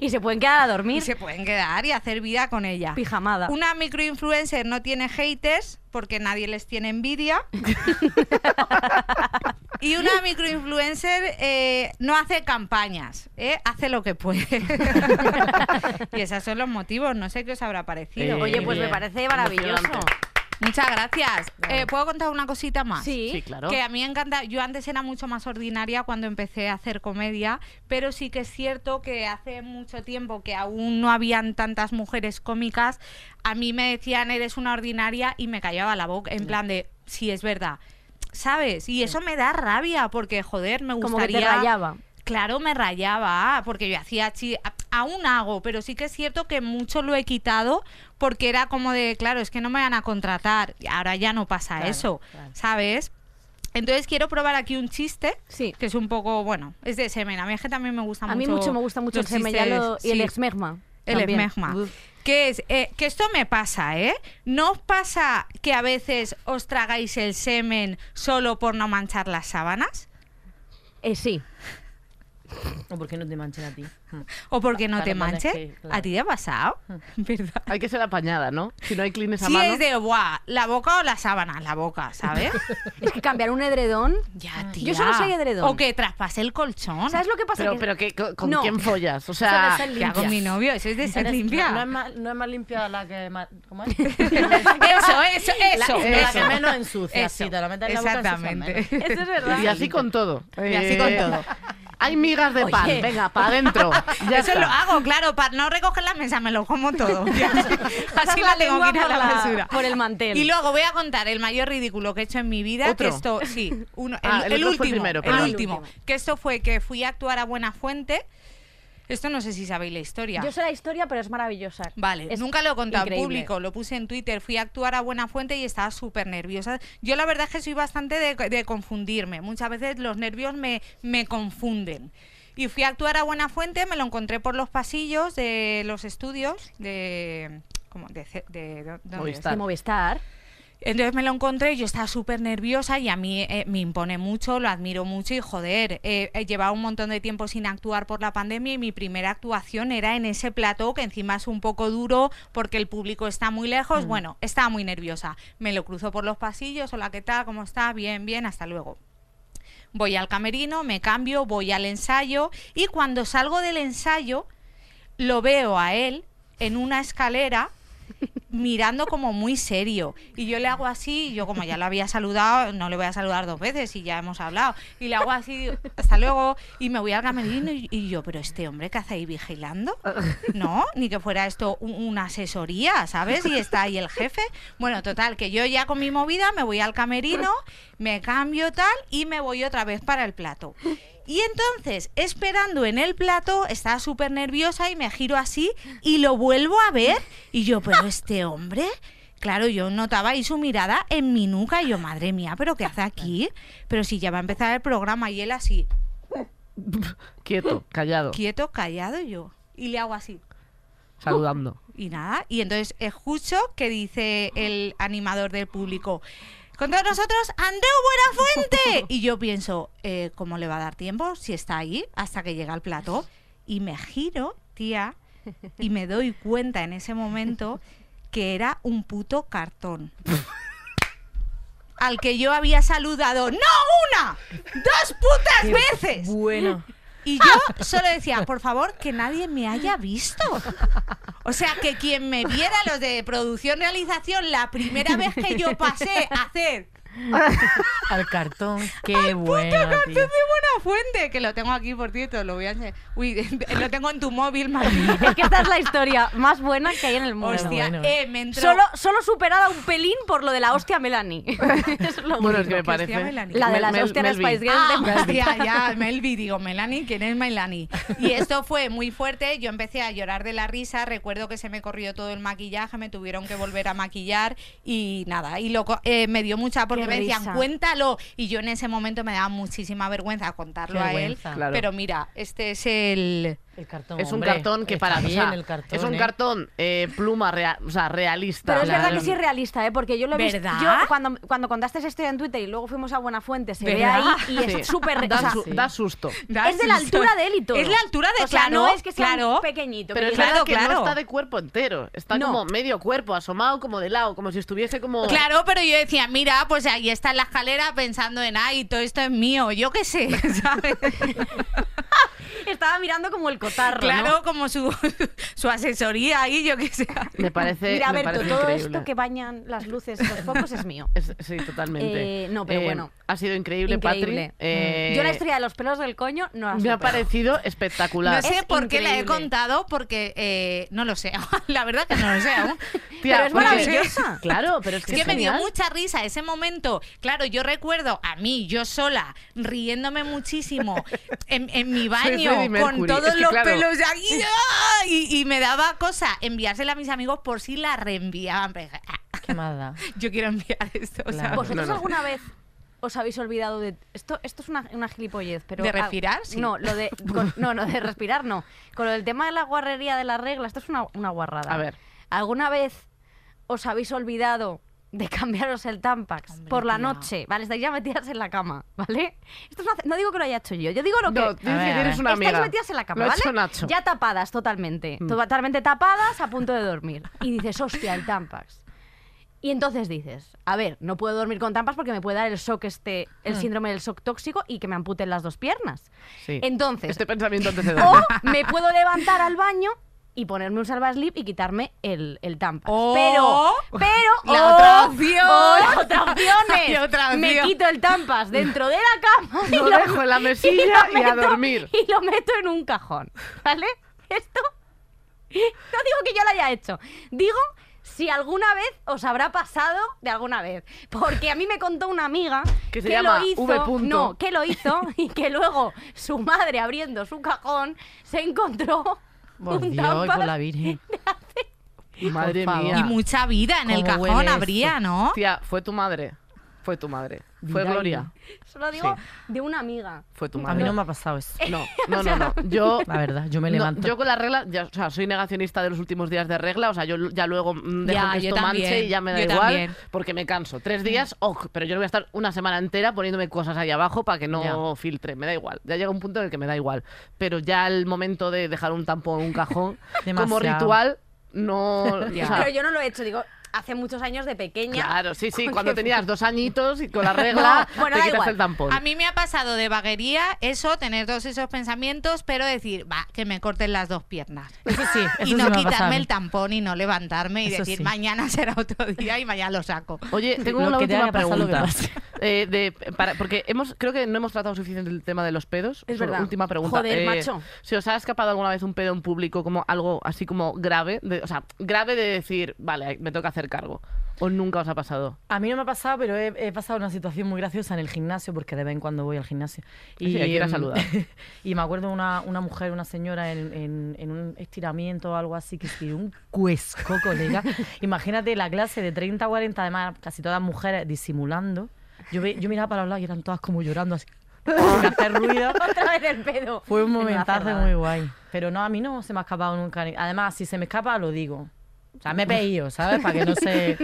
S3: Y se pueden quedar a
S6: Y
S3: dormir.
S6: se pueden quedar y hacer vida con ella.
S3: Pijamada.
S6: Una microinfluencer no tiene haters porque nadie les tiene envidia. y una microinfluencer eh, no hace campañas, ¿eh? hace lo que puede. y esos son los motivos, no sé qué os habrá parecido.
S2: Eh,
S3: Oye, pues
S2: bien.
S3: me parece maravilloso.
S2: Emocionante.
S6: Muchas gracias. Eh, ¿Puedo contar una cosita más?
S3: Sí.
S2: Sí, claro.
S6: Que a mí me encanta, yo antes era mucho más ordinaria cuando empecé a hacer comedia, pero sí que es cierto que hace mucho tiempo que aún no habían tantas mujeres cómicas, a mí me decían eres una ordinaria y me callaba la boca,
S3: Mm.
S6: en plan de, sí, es verdad, ¿sabes? Y eso me da rabia porque, joder, me
S3: Como
S6: gustaría...
S3: que te rayaba.
S6: Claro, me rayaba, porque yo hacía chi a- aún hago, pero sí que es cierto que mucho lo he quitado porque era como de, claro, es que no me van a contratar, y ahora ya no pasa
S4: Claro,
S6: eso,
S4: claro.
S6: ¿sabes? Entonces quiero probar aquí un chiste,
S3: Sí.
S6: que es un poco, bueno, es de semen, a mí es que también me gusta
S3: A
S6: mucho.
S3: mí mucho me gusta mucho el
S6: los
S3: semen ya lo-
S6: chistes,
S3: y el
S6: sí.
S3: exmegma.
S6: El
S3: también.
S6: esmegma.
S3: Uf.
S6: Que es, eh, que esto me pasa, ¿eh? ¿No os pasa que a veces os tragáis el semen solo por no manchar las sábanas?
S3: Eh, sí.
S4: ¿O por qué no te manchen a ti?
S6: ¿O porque no
S4: Claro,
S6: te
S4: bueno, es
S6: manches?
S4: que, claro.
S6: ¿A ti te ha pasado? ¿Verdad?
S2: Hay que ser apañada, ¿no? Si no hay clines a
S6: Si
S2: mano.
S6: es de, buah, la boca o la sábana, la boca, ¿sabes?
S3: Es que cambiar un edredón.
S6: ya,
S3: Yo solo soy edredón.
S6: O que traspase el colchón.
S3: ¿Sabes lo que pasa?
S2: Pero,
S3: Que-
S2: pero ¿qué- co- ¿con
S3: No.
S2: quién follas? O
S3: Eso
S2: sea,
S3: de ser
S6: ¿Qué
S3: limpia.
S6: hago con mi novio? Eso es de ser limpia.
S4: No, es más, no es más limpia la que más. ¿Cómo es?
S6: eso, eso, eso.
S4: la, la
S6: eso.
S4: que menos ensucia.
S6: Eso.
S4: Sí, te la metes en la boca, ensucia
S6: Exactamente.
S4: menos.
S3: Eso es verdad.
S2: y así con todo. Eh,
S6: Y así con todo.
S2: Hay migas de pan,
S4: Oye.
S2: venga, para adentro. Ya
S6: eso
S2: está.
S6: lo hago, claro, para no recoger la mesa, me lo como todo. Y así así
S3: la
S6: no tengo
S3: lengua
S6: que ir a
S3: por
S6: la,
S3: la-
S6: basura.
S3: por el mantel.
S6: Y luego voy a contar el mayor ridículo que he hecho en mi vida.
S2: ¿Otro?
S6: Que esto, sí, uno, el,
S2: Ah, el
S6: el
S2: otro fue el
S6: último.
S2: primero,
S6: el
S2: perdón.
S6: último. Que esto fue que fui a actuar a Buenafuente. Esto no sé si sabéis la historia.
S3: Yo sé la historia, pero es maravillosa.
S6: Vale,
S3: Es
S6: nunca lo he contado en
S3: increíble.
S6: público, lo puse en Twitter, fui a actuar a Buenafuente y estaba súper nerviosa. Yo la verdad es que soy bastante de, de confundirme, muchas veces los nervios me, me confunden. Y fui a actuar a Buenafuente, me lo encontré por los pasillos de los estudios de... ¿cómo? de, ce- de- de- ¿dónde
S2: Movistar.
S3: De
S6: es?
S3: Movistar.
S6: Entonces me lo encontré, yo estaba súper nerviosa y a mí eh, me impone mucho, lo admiro mucho y joder, eh, he llevado un montón de tiempo sin actuar por la pandemia y mi primera actuación era en ese plató que encima es un poco duro porque el público está muy lejos. Bueno, estaba muy nerviosa. Me lo cruzo por los pasillos, hola, ¿qué tal? ¿Cómo estás? Bien, bien, hasta luego. Voy al camerino, me cambio, voy al ensayo y cuando salgo del ensayo lo veo a él en una escalera mirando como muy serio. Y yo le hago así, y yo como ya lo había saludado, no le voy a saludar dos veces y ya hemos hablado. Y le hago así, digo, hasta luego, y me voy al camerino y, y yo, pero este hombre que hace ahí vigilando, ¿no? Ni que fuera esto un- una asesoría, ¿sabes? Y está ahí el jefe. Bueno, total, que yo ya con mi movida me voy al camerino, me cambio tal y me voy otra vez para el plato. Y entonces, esperando en el plato, estaba súper nerviosa y me giro así y lo vuelvo a ver. Y yo, pero este hombre, claro, yo notaba ahí su mirada en mi nuca. Y yo, madre mía, ¿pero qué hace aquí? Pero si ya va a empezar el programa y él así,
S2: Quieto, callado,
S6: quieto, callado, y yo. Y le hago así.
S2: saludando.
S6: Y nada, y entonces escucho que dice el animador del público, con todos nosotros, Andreu Buenafuente. Y yo pienso, eh, ¿cómo le va a dar tiempo si está ahí hasta que llega al plató? Y me giro, tía, y me doy cuenta en ese momento que era un puto cartón. Al que yo había saludado, no una, dos putas veces.
S4: Bueno.
S6: Y yo solo decía, por favor, que nadie me haya visto. O sea, que quien me viera, los de producción realización, la primera vez que yo pasé a hacer
S4: Al cartón. Qué bueno.
S6: cartón de
S4: tío.
S6: buena fuente, que lo tengo aquí por cierto, lo voy a enseñar. Uy, lo tengo en tu móvil, Martín.
S3: Es que esta es la historia más buena que hay en el mundo.
S6: Hostia,
S4: bueno.
S6: eh, me entró.
S3: Solo, solo superada un pelín por lo de la hostia Melanie. Es lo
S2: Bueno, es
S3: único.
S2: que me parece.
S6: Cristian Melani.
S3: La de
S2: Mel-
S3: las
S2: Mel-
S3: hostias
S2: Melvin.
S3: Spice Girls
S6: Ah,
S3: de-
S6: hostia, ya, Melvi, digo, Melanie, ¿quién es Melanie? Y esto fue muy fuerte, yo empecé a llorar de la risa, recuerdo que se me corrió todo el maquillaje, me tuvieron que volver a maquillar y nada, y lo, co- eh, me dio mucha, porque
S3: Qué
S6: me decían,
S3: risa.
S6: cuéntalo, y yo en ese momento me daba muchísima vergüenza contarlo
S4: Qué
S6: a él,
S4: vergüenza.
S2: Claro.
S6: pero mira, este es el...
S4: El cartón.
S2: Es un
S4: hombre.
S2: cartón que
S4: Está
S2: para
S4: bien
S2: o sea,
S4: el cartón.
S2: Es un
S4: ¿eh?
S2: cartón eh, pluma, rea- o sea, realista.
S3: Pero es verdad
S2: Claro.
S3: que sí es realista, ¿eh? Porque yo lo he visto.
S6: ¿Verdad?
S3: Yo, cuando, cuando contaste esa historia en Twitter y luego fuimos a Buenafuente, se ve
S6: ¿Verdad?
S3: ahí y
S2: Sí.
S3: es súper. re-
S2: Da,
S3: o sea,
S2: su- da susto.
S3: es de la altura de él y todo.
S6: Es la altura de,
S3: o sea,
S6: claro,
S3: no es que sea un
S6: claro.
S3: pequeñito.
S2: Pero es
S3: pequeñito.
S2: verdad que
S6: claro.
S2: no está de cuerpo entero. Está
S3: No.
S2: como medio cuerpo, asomado como de lado, como si estuviese como.
S6: Claro, pero yo decía, mira, pues ahí está en la escalera pensando en, ay, todo esto es mío, yo qué sé, ¿sabes?
S3: Está estaba mirando como el cotarro.
S6: Claro,
S3: ¿no?
S6: como su, su asesoría ahí, yo qué sé.
S2: Me parece.
S3: Mira,
S2: me
S3: Berto,
S2: parece
S3: todo
S2: increíble.
S3: esto que bañan las luces, los focos es mío.
S2: Es- sí, totalmente.
S3: Eh, no, pero bueno.
S2: Ha sido increíble,
S3: Increíble.
S2: Patri. Eh,
S3: Yo la historia de los pelos del coño no la
S2: Me ha
S3: supero.
S2: parecido espectacular.
S6: No sé
S3: Es
S6: por qué la he
S3: increíble.
S6: contado, porque eh, no lo sé. La verdad que no lo sé aún.
S2: Tía,
S3: pero es
S2: porque-
S3: maravillosa.
S2: Claro, pero es que,
S6: Es que
S2: es
S6: me dio
S2: genial.
S6: mucha risa ese momento. Claro, yo recuerdo a mí, yo sola, riéndome muchísimo en, en mi baño,
S2: Freddie
S6: con
S2: Mercury.
S6: todos
S2: Es que,
S6: los
S2: claro.
S6: pelos aquí. ¡ah! Y, y me daba cosa enviársela a mis amigos por si la reenviaban. Pero dije, "Ah,
S4: ¿Qué más da?
S6: Yo quiero enviar esto.
S4: Claro.
S6: ¿sabes?
S3: ¿Vosotros
S2: No, no.
S3: alguna vez os habéis olvidado de esto? Esto es una, una gilipollez, pero
S6: ¿De
S3: ah,
S6: respirar? Sí.
S3: No, lo de con- no, no de respirar no. Con el tema de la guarrería de la regla, esto es una, una guarrada.
S2: A ver.
S3: ¿Alguna vez os habéis olvidado de cambiaros el Tampax
S6: Hombre,
S3: por la
S6: tía.
S3: noche? Vale, estáis ya metidas en la cama, ¿vale? Esto es una- no digo que lo haya hecho yo, yo digo lo que
S2: No, dices
S4: A ver,
S2: que
S4: a
S2: tienes
S4: ver.
S2: una amiga.
S3: Estáis metidas en la cama,
S2: Lo ha
S3: ¿vale?
S2: hecho Nacho. Mm.
S3: Ya tapadas totalmente. Totalmente tapadas, a punto de dormir. Y dices, hostia, el Tampax. Y entonces dices, a ver, no puedo dormir con Tampax porque me puede dar el shock este, el síndrome del shock tóxico y que me amputen las dos piernas.
S2: Mm. Sí.
S3: Entonces,
S2: Este pensamiento antes de
S3: o
S2: dormir.
S3: me puedo levantar al baño y ponerme un salvaslip y quitarme el, el Tampax.
S2: Oh.
S6: O-
S3: pero, pero... oh,
S6: la
S3: o-
S6: otra opción.
S3: o la otra opción es,
S6: La otra
S3: Me
S6: opción.
S3: quito el Tampax dentro de la cama
S2: Lo
S3: y lo
S2: dejo en la mesilla y, a
S3: meto-
S2: dormir.
S3: Y lo meto en un cajón, ¿vale? Esto no digo que yo lo haya hecho. Digo si alguna vez os habrá pasado de alguna vez. Porque a mí me contó una amiga
S2: Que se llama
S3: lo hizo.
S2: V punto.
S3: No, que lo hizo y que luego su madre abriendo su cajón se encontró
S4: Por
S3: un
S4: Dios, y por
S3: Tampax
S4: la Virgen.
S2: Madre
S4: favor.
S2: mía.
S6: Y mucha vida en el
S4: ¿Cómo huele
S6: cajón
S4: esto?
S6: habría, ¿no?
S2: Tía, fue tu madre. Fue tu madre. Fue
S4: Mira,
S2: Gloria.
S3: Solo digo de una amiga.
S2: Fue tu
S4: A mí
S2: madre.
S4: no me ha pasado eso.
S2: No, no, no, no. Yo.
S4: La verdad, yo me
S2: no,
S4: levanto.
S2: yo con la regla, ya, o sea, soy negacionista de los últimos días de regla, o sea, yo ya luego mm, dejo
S6: Ya,
S2: que
S6: yo
S2: esto manche
S6: también,
S2: y ya me da
S6: yo
S2: igual,
S6: también.
S2: porque me canso. Tres días, ok, pero yo no voy a estar una semana entera poniéndome cosas ahí abajo para que no filtre, me da igual. Ya llega un punto en el que me da igual, pero ya el momento de dejar un tampón en un cajón como
S4: Demasiado.
S2: ritual, no... o
S6: Ya.
S2: sea,
S3: Pero yo no lo he hecho, digo, hace muchos años de pequeña.
S2: Claro, sí, sí, cuando tenías dos añitos y con la regla
S3: No, bueno,
S2: te
S3: da
S2: quitas
S3: igual.
S2: el tampón.
S6: A mí me ha pasado de vaguería eso, tener todos esos pensamientos, pero decir, va, que me corten las dos piernas.
S4: Eso sí, eso
S6: y
S4: sí me
S6: no
S4: ha pasado. a
S6: quitarme
S4: mí.
S6: el tampón y no levantarme y
S4: Eso
S6: decir,
S4: sí.
S6: mañana será otro día y mañana lo saco.
S2: Oye, tengo
S4: Lo
S2: una
S4: que te
S2: última
S4: haga pasar, lo que
S2: pregunta.
S4: pase.
S2: Eh, de- para- porque hemos, creo que no hemos tratado suficiente el tema de los pedos.
S3: Es
S2: Solo
S3: verdad.
S2: Última pregunta.
S3: Joder,
S2: Eh,
S3: macho.
S2: ¿Se os ha escapado alguna vez un pedo en público como algo así como grave? De- o sea, grave de decir, vale, me toca hacer cargo. ¿O nunca os ha pasado?
S4: A mí no me ha pasado, pero he, he pasado una situación muy graciosa en el gimnasio, porque de vez en cuando voy al gimnasio.
S2: Sí, hay que ir a
S4: em,
S2: saludar.
S4: y me acuerdo una, una mujer, una señora, en, en- en un estiramiento o algo así, que se dio un cuesco, colega. Imagínate la clase de 30 o 40, además, casi todas mujeres disimulando. Yo, ve- yo miraba para los lados y eran todas como llorando así, sin hacer ruido.
S3: Otra vez el pedo.
S4: Fue un
S3: Es una
S4: momentazo
S3: cerrada.
S4: muy guay. Pero no, a mí no se me ha escapado nunca. ni- Además, si se me escapa, lo digo. O sea, me he pedido, ¿sabes? Para que no se...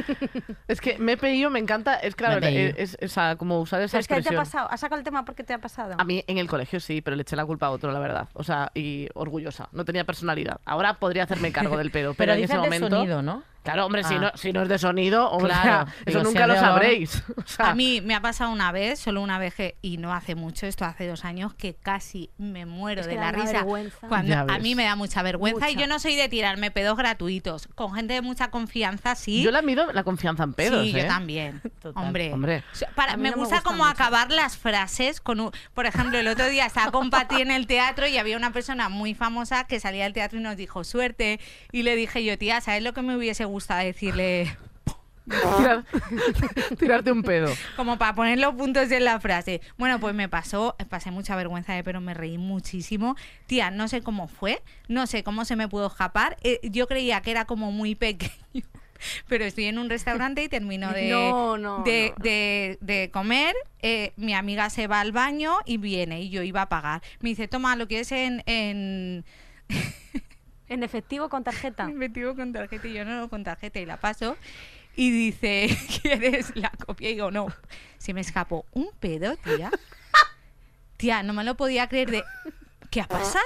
S2: Es que me he pedido, me encanta, es claro,
S4: Me he pedido.
S2: eh, es, o sea, como usar esa
S3: Pero es que te ha
S2: expresión.
S3: pasado, has sacado el tema porque te ha pasado.
S2: A mí en el colegio sí, pero le eché la culpa a otro, la verdad. O sea, y orgullosa. No tenía personalidad. Ahora podría hacerme cargo del pedo, pero,
S4: Pero
S2: en ese
S4: dices de
S2: momento.
S4: sonido, ¿no?
S2: Claro, hombre, si,
S4: Ah.
S2: no, si no es de sonido, o
S4: Claro,
S2: sea,
S4: digo,
S2: eso
S4: si
S2: nunca
S4: es
S2: lo
S4: de olor.
S2: sabréis. O sea,
S6: A mí me ha pasado una vez, solo una vez, que- y no hace mucho, esto hace dos años, que casi me muero
S3: Es
S6: de
S3: que
S6: la
S3: da una
S6: risa.
S3: vergüenza.
S6: Cuando
S2: Ya
S6: a
S2: ves.
S6: mí me da mucha vergüenza y
S3: Mucha.
S6: yo no soy de tirarme pedos gratuitos. Con gente de mucha confianza, sí.
S2: Yo la mido la confianza en pedos,
S6: sí,
S2: ¿eh?
S6: yo también.
S4: Total.
S6: Hombre.
S2: Hombre.
S6: So- Para,
S3: A mí
S6: me,
S3: no me
S6: gusta
S3: gustan
S6: como
S3: mucho.
S6: acabar las frases con un... Por ejemplo, el otro día estaba con Pati en el teatro y había una persona muy famosa que salía del teatro y nos dijo suerte. Y le dije yo, tía, ¿sabes lo que me hubiese gustado decirle?
S2: Tirar- tirarte un pedo.
S6: Como para poner los puntos en la frase. Bueno, pues me pasó, pasé mucha vergüenza, eh, pero me reí muchísimo. Tía, no sé cómo fue, no sé cómo se me pudo escapar. Eh, yo creía que era como muy pequeño. Pero estoy en un restaurante y termino de,
S3: No, no,
S6: de,
S3: no.
S6: de- de comer. eh, mi amiga se va al baño y viene y yo iba a pagar. Me dice, toma, lo quieres en... en...
S3: En efectivo con tarjeta.
S6: Me metido con tarjeta y yo no, con tarjeta y la paso. Y dice, ¿quieres la copia? Y digo, no. Se me escapó un pedo, tía. Tía, no me lo podía creer de... ¿Qué ha pasado?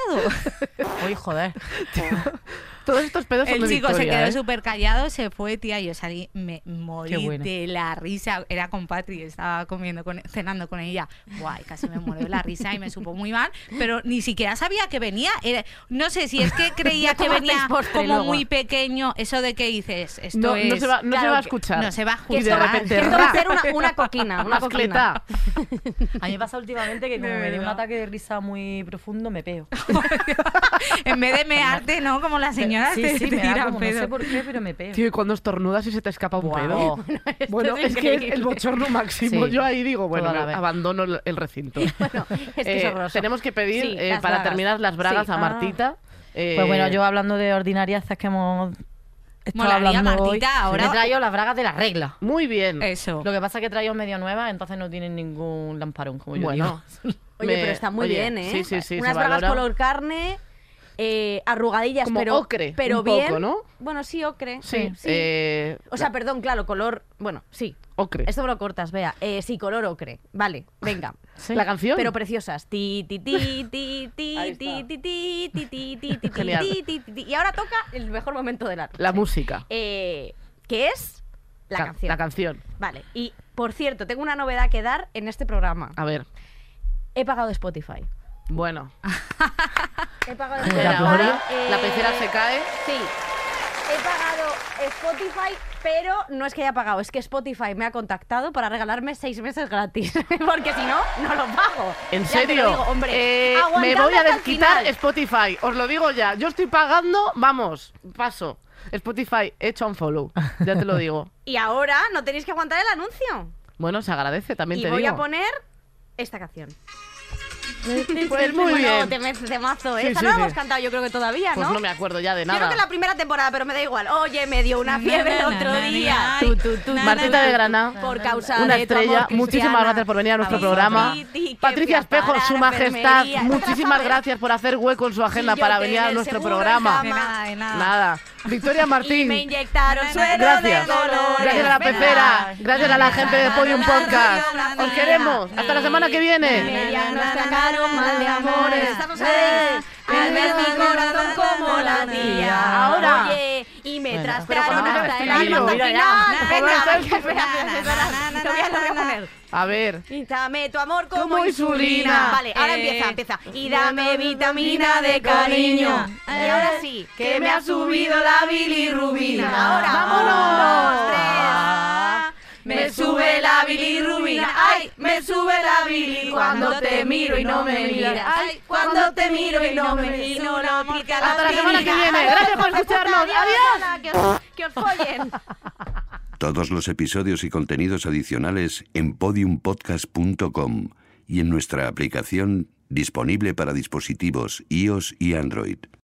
S4: Uy, joder.
S2: Todos estos pedos son de
S6: El chico se
S2: Victoria,
S6: quedó
S2: ¿eh?
S6: súper callado, se fue, tía, y yo salí, me morí
S4: Qué bueno.
S6: de la risa. Era con Patri, estaba comiendo con, cenando con ella. Guay, casi me muero de la risa y me supo muy mal, pero ni siquiera sabía que venía. Era- no sé si es que creía
S3: No
S6: que venía
S3: tomasteis postre
S6: como
S3: luego.
S6: muy pequeño. Eso de que dices, esto
S2: No,
S6: es...
S2: no se va, no se
S3: claro
S2: va a
S3: que-
S2: escuchar.
S6: no se va a
S2: Y de
S3: esto va-
S2: repente,
S3: que esto va
S2: ra,
S3: a ser una, una coquina, una coquina.
S2: mascleta.
S4: A mí me pasa últimamente que como me dio un
S6: verdad.
S4: ataque de risa muy profundo, me peo.
S6: en vez de mearte, ¿no? Como la señora
S4: sí,
S6: te,
S4: sí, me
S6: te
S4: da
S6: tira
S4: como,
S6: pedo.
S4: No sé por qué, pero me peo.
S2: Tío, y cuando estornudas y se te escapa un
S4: Guau.
S2: pedo. Bueno,
S3: es
S2: es, que es
S3: increíble.
S2: el bochorno máximo.
S4: Sí.
S2: Yo ahí digo, bueno,
S4: Toda
S2: me-
S4: la vez.
S2: abandono el el recinto.
S3: Bueno, es que es
S2: Eh,
S3: horroroso.
S2: tenemos que pedir
S3: Sí,
S2: eh,
S3: las
S2: para
S3: bragas.
S2: terminar las bragas
S3: Sí.
S2: a
S4: Ah.
S2: Martita. eh,
S4: Pues bueno, yo hablando de ordinariezas que hemos estado
S6: Molaría,
S4: hablando hoy,
S6: Martita, ahora-
S4: he traído las bragas de la regla.
S2: Muy bien.
S6: Eso.
S4: Lo que pasa es que he traído medio nuevas, entonces no tienen ningún lamparón, como yo
S2: bueno.
S3: Oye,
S2: me-
S3: pero está muy
S2: oye,
S3: bien, ¿eh?
S2: Sí, sí, sí.
S3: Unas
S2: se
S3: bragas
S2: valora.
S3: color carne, eh, arrugadillas,
S2: Como
S3: pero.
S2: ocre,
S3: Pero
S2: un poco,
S3: bien.
S2: ¿no?
S3: Bueno, sí, ocre.
S2: Sí,
S3: sí.
S2: eh,
S3: o sea, perdón, claro, color. Bueno, sí.
S2: ocre.
S3: Esto me lo cortas, vea. Eh, sí, color ocre. Vale, venga.
S2: La canción.
S3: Pero preciosas. Ti, ti, ti, ti,
S2: Ahí
S3: ti, ti,
S2: está.
S3: ti, ti, ti, ti, ti, ti,
S2: Genial.
S3: ti, ti, ti, ti. Y ahora toca el mejor momento de la
S2: la música.
S3: Eh, que es la
S2: Ca-
S3: canción.
S2: La canción.
S3: Vale. Y, por cierto, tengo una novedad que dar en este programa.
S2: A ver.
S3: He pagado Spotify.
S2: Bueno.
S3: He pagado
S4: Uy,
S3: Spotify,
S4: la pecera.
S3: eh,
S2: La pecera se cae.
S3: Sí. He pagado Spotify, pero no es que haya pagado, es que Spotify me ha contactado para regalarme seis meses gratis. Porque si no, no lo pago.
S2: ¿En
S3: Ya te lo
S2: serio?
S3: digo, hombre,
S2: Eh, me
S3: aguantadme
S2: voy a
S3: hasta el
S2: desquitar
S3: final.
S2: Spotify, os lo digo ya. Yo estoy pagando, vamos, paso. Spotify, hecho un follow, ya te lo digo.
S3: Y ahora no tenéis que aguantar el anuncio.
S2: Bueno, se agradece, también
S3: Y
S2: te
S3: voy
S2: digo.
S3: a poner esta canción.
S2: Pues muy bien.
S3: Te de mazo, ¿eh?
S2: Sí,
S3: Esa
S2: sí,
S3: no la
S2: sí.
S3: hemos cantado yo creo que todavía,
S2: Pues
S3: ¿no?
S2: no me acuerdo ya de
S3: Yo creo
S2: nada.
S3: que la primera temporada, pero me da igual. Oye, me dio una
S6: Na,
S3: fiebre el
S6: na, na,
S3: otro
S6: na, na,
S3: día.
S6: na.
S3: Tu, tu, tu,
S2: Martita
S3: tu,
S2: de
S3: tu,
S2: Granada.
S3: tu, Por causa
S2: Una
S3: de tu amor,
S2: estrella.
S3: Cristiana.
S2: Muchísimas gracias por venir a nuestro
S6: A vosotras.
S2: programa.
S3: Cristi,
S2: Patricia
S3: Cristian
S2: Espejo,
S3: Parada,
S2: su majestad,
S3: enfermería.
S2: muchísimas gracias por hacer hueco en su agenda
S3: yo
S2: para
S3: que
S2: venir
S3: en
S2: a
S3: el
S2: nuestro
S3: seguro
S2: programa.
S6: de nada, de nada.
S2: Victoria
S3: Y me
S2: Martín.
S3: inyectaron suero
S2: Gracias.
S3: de dolores.
S2: Gracias a la
S3: Venga.
S2: pecera. Gracias a la gente de Podium Podcast. Os queremos. Hasta la semana que viene.
S3: Media nos sacaron mal de amores. Estamos ahí. Al ver mi corazón como la tía.
S2: Ahora.
S3: Oye, y me
S4: Bueno.
S3: trastaron
S2: Pero
S3: hasta el
S2: cuando este
S3: alma hasta el
S2: mira,
S3: final.
S2: ya.
S3: Venga,
S2: Joder,
S3: venga,
S2: ¿sabes?
S3: espera, espera, espera. Lo voy a- lo voy a poner.
S2: A ver.
S3: Y dame tu amor como,
S2: Como
S3: insulina.
S2: insulina.
S3: Vale, ahora
S6: Eh,
S3: empieza, empieza. Y dame vitamina de cariño. y ahora sí.
S2: Eh, que me ha subido la bilirrubina.
S3: Ahora.
S2: Vámonos.
S3: Uno, dos, tres.
S6: Me sube la bilirrubina, ay, me sube la bili cuando te miro y no me miras, ay, cuando te miro y no me miras, una pica
S2: Hasta la semana que viene. Gracias por escucharnos. Adiós.
S3: Hola, Que os, que os follen.
S5: Todos los episodios y contenidos adicionales en podiumpodcast.com y en nuestra aplicación disponible para dispositivos iOS y Android.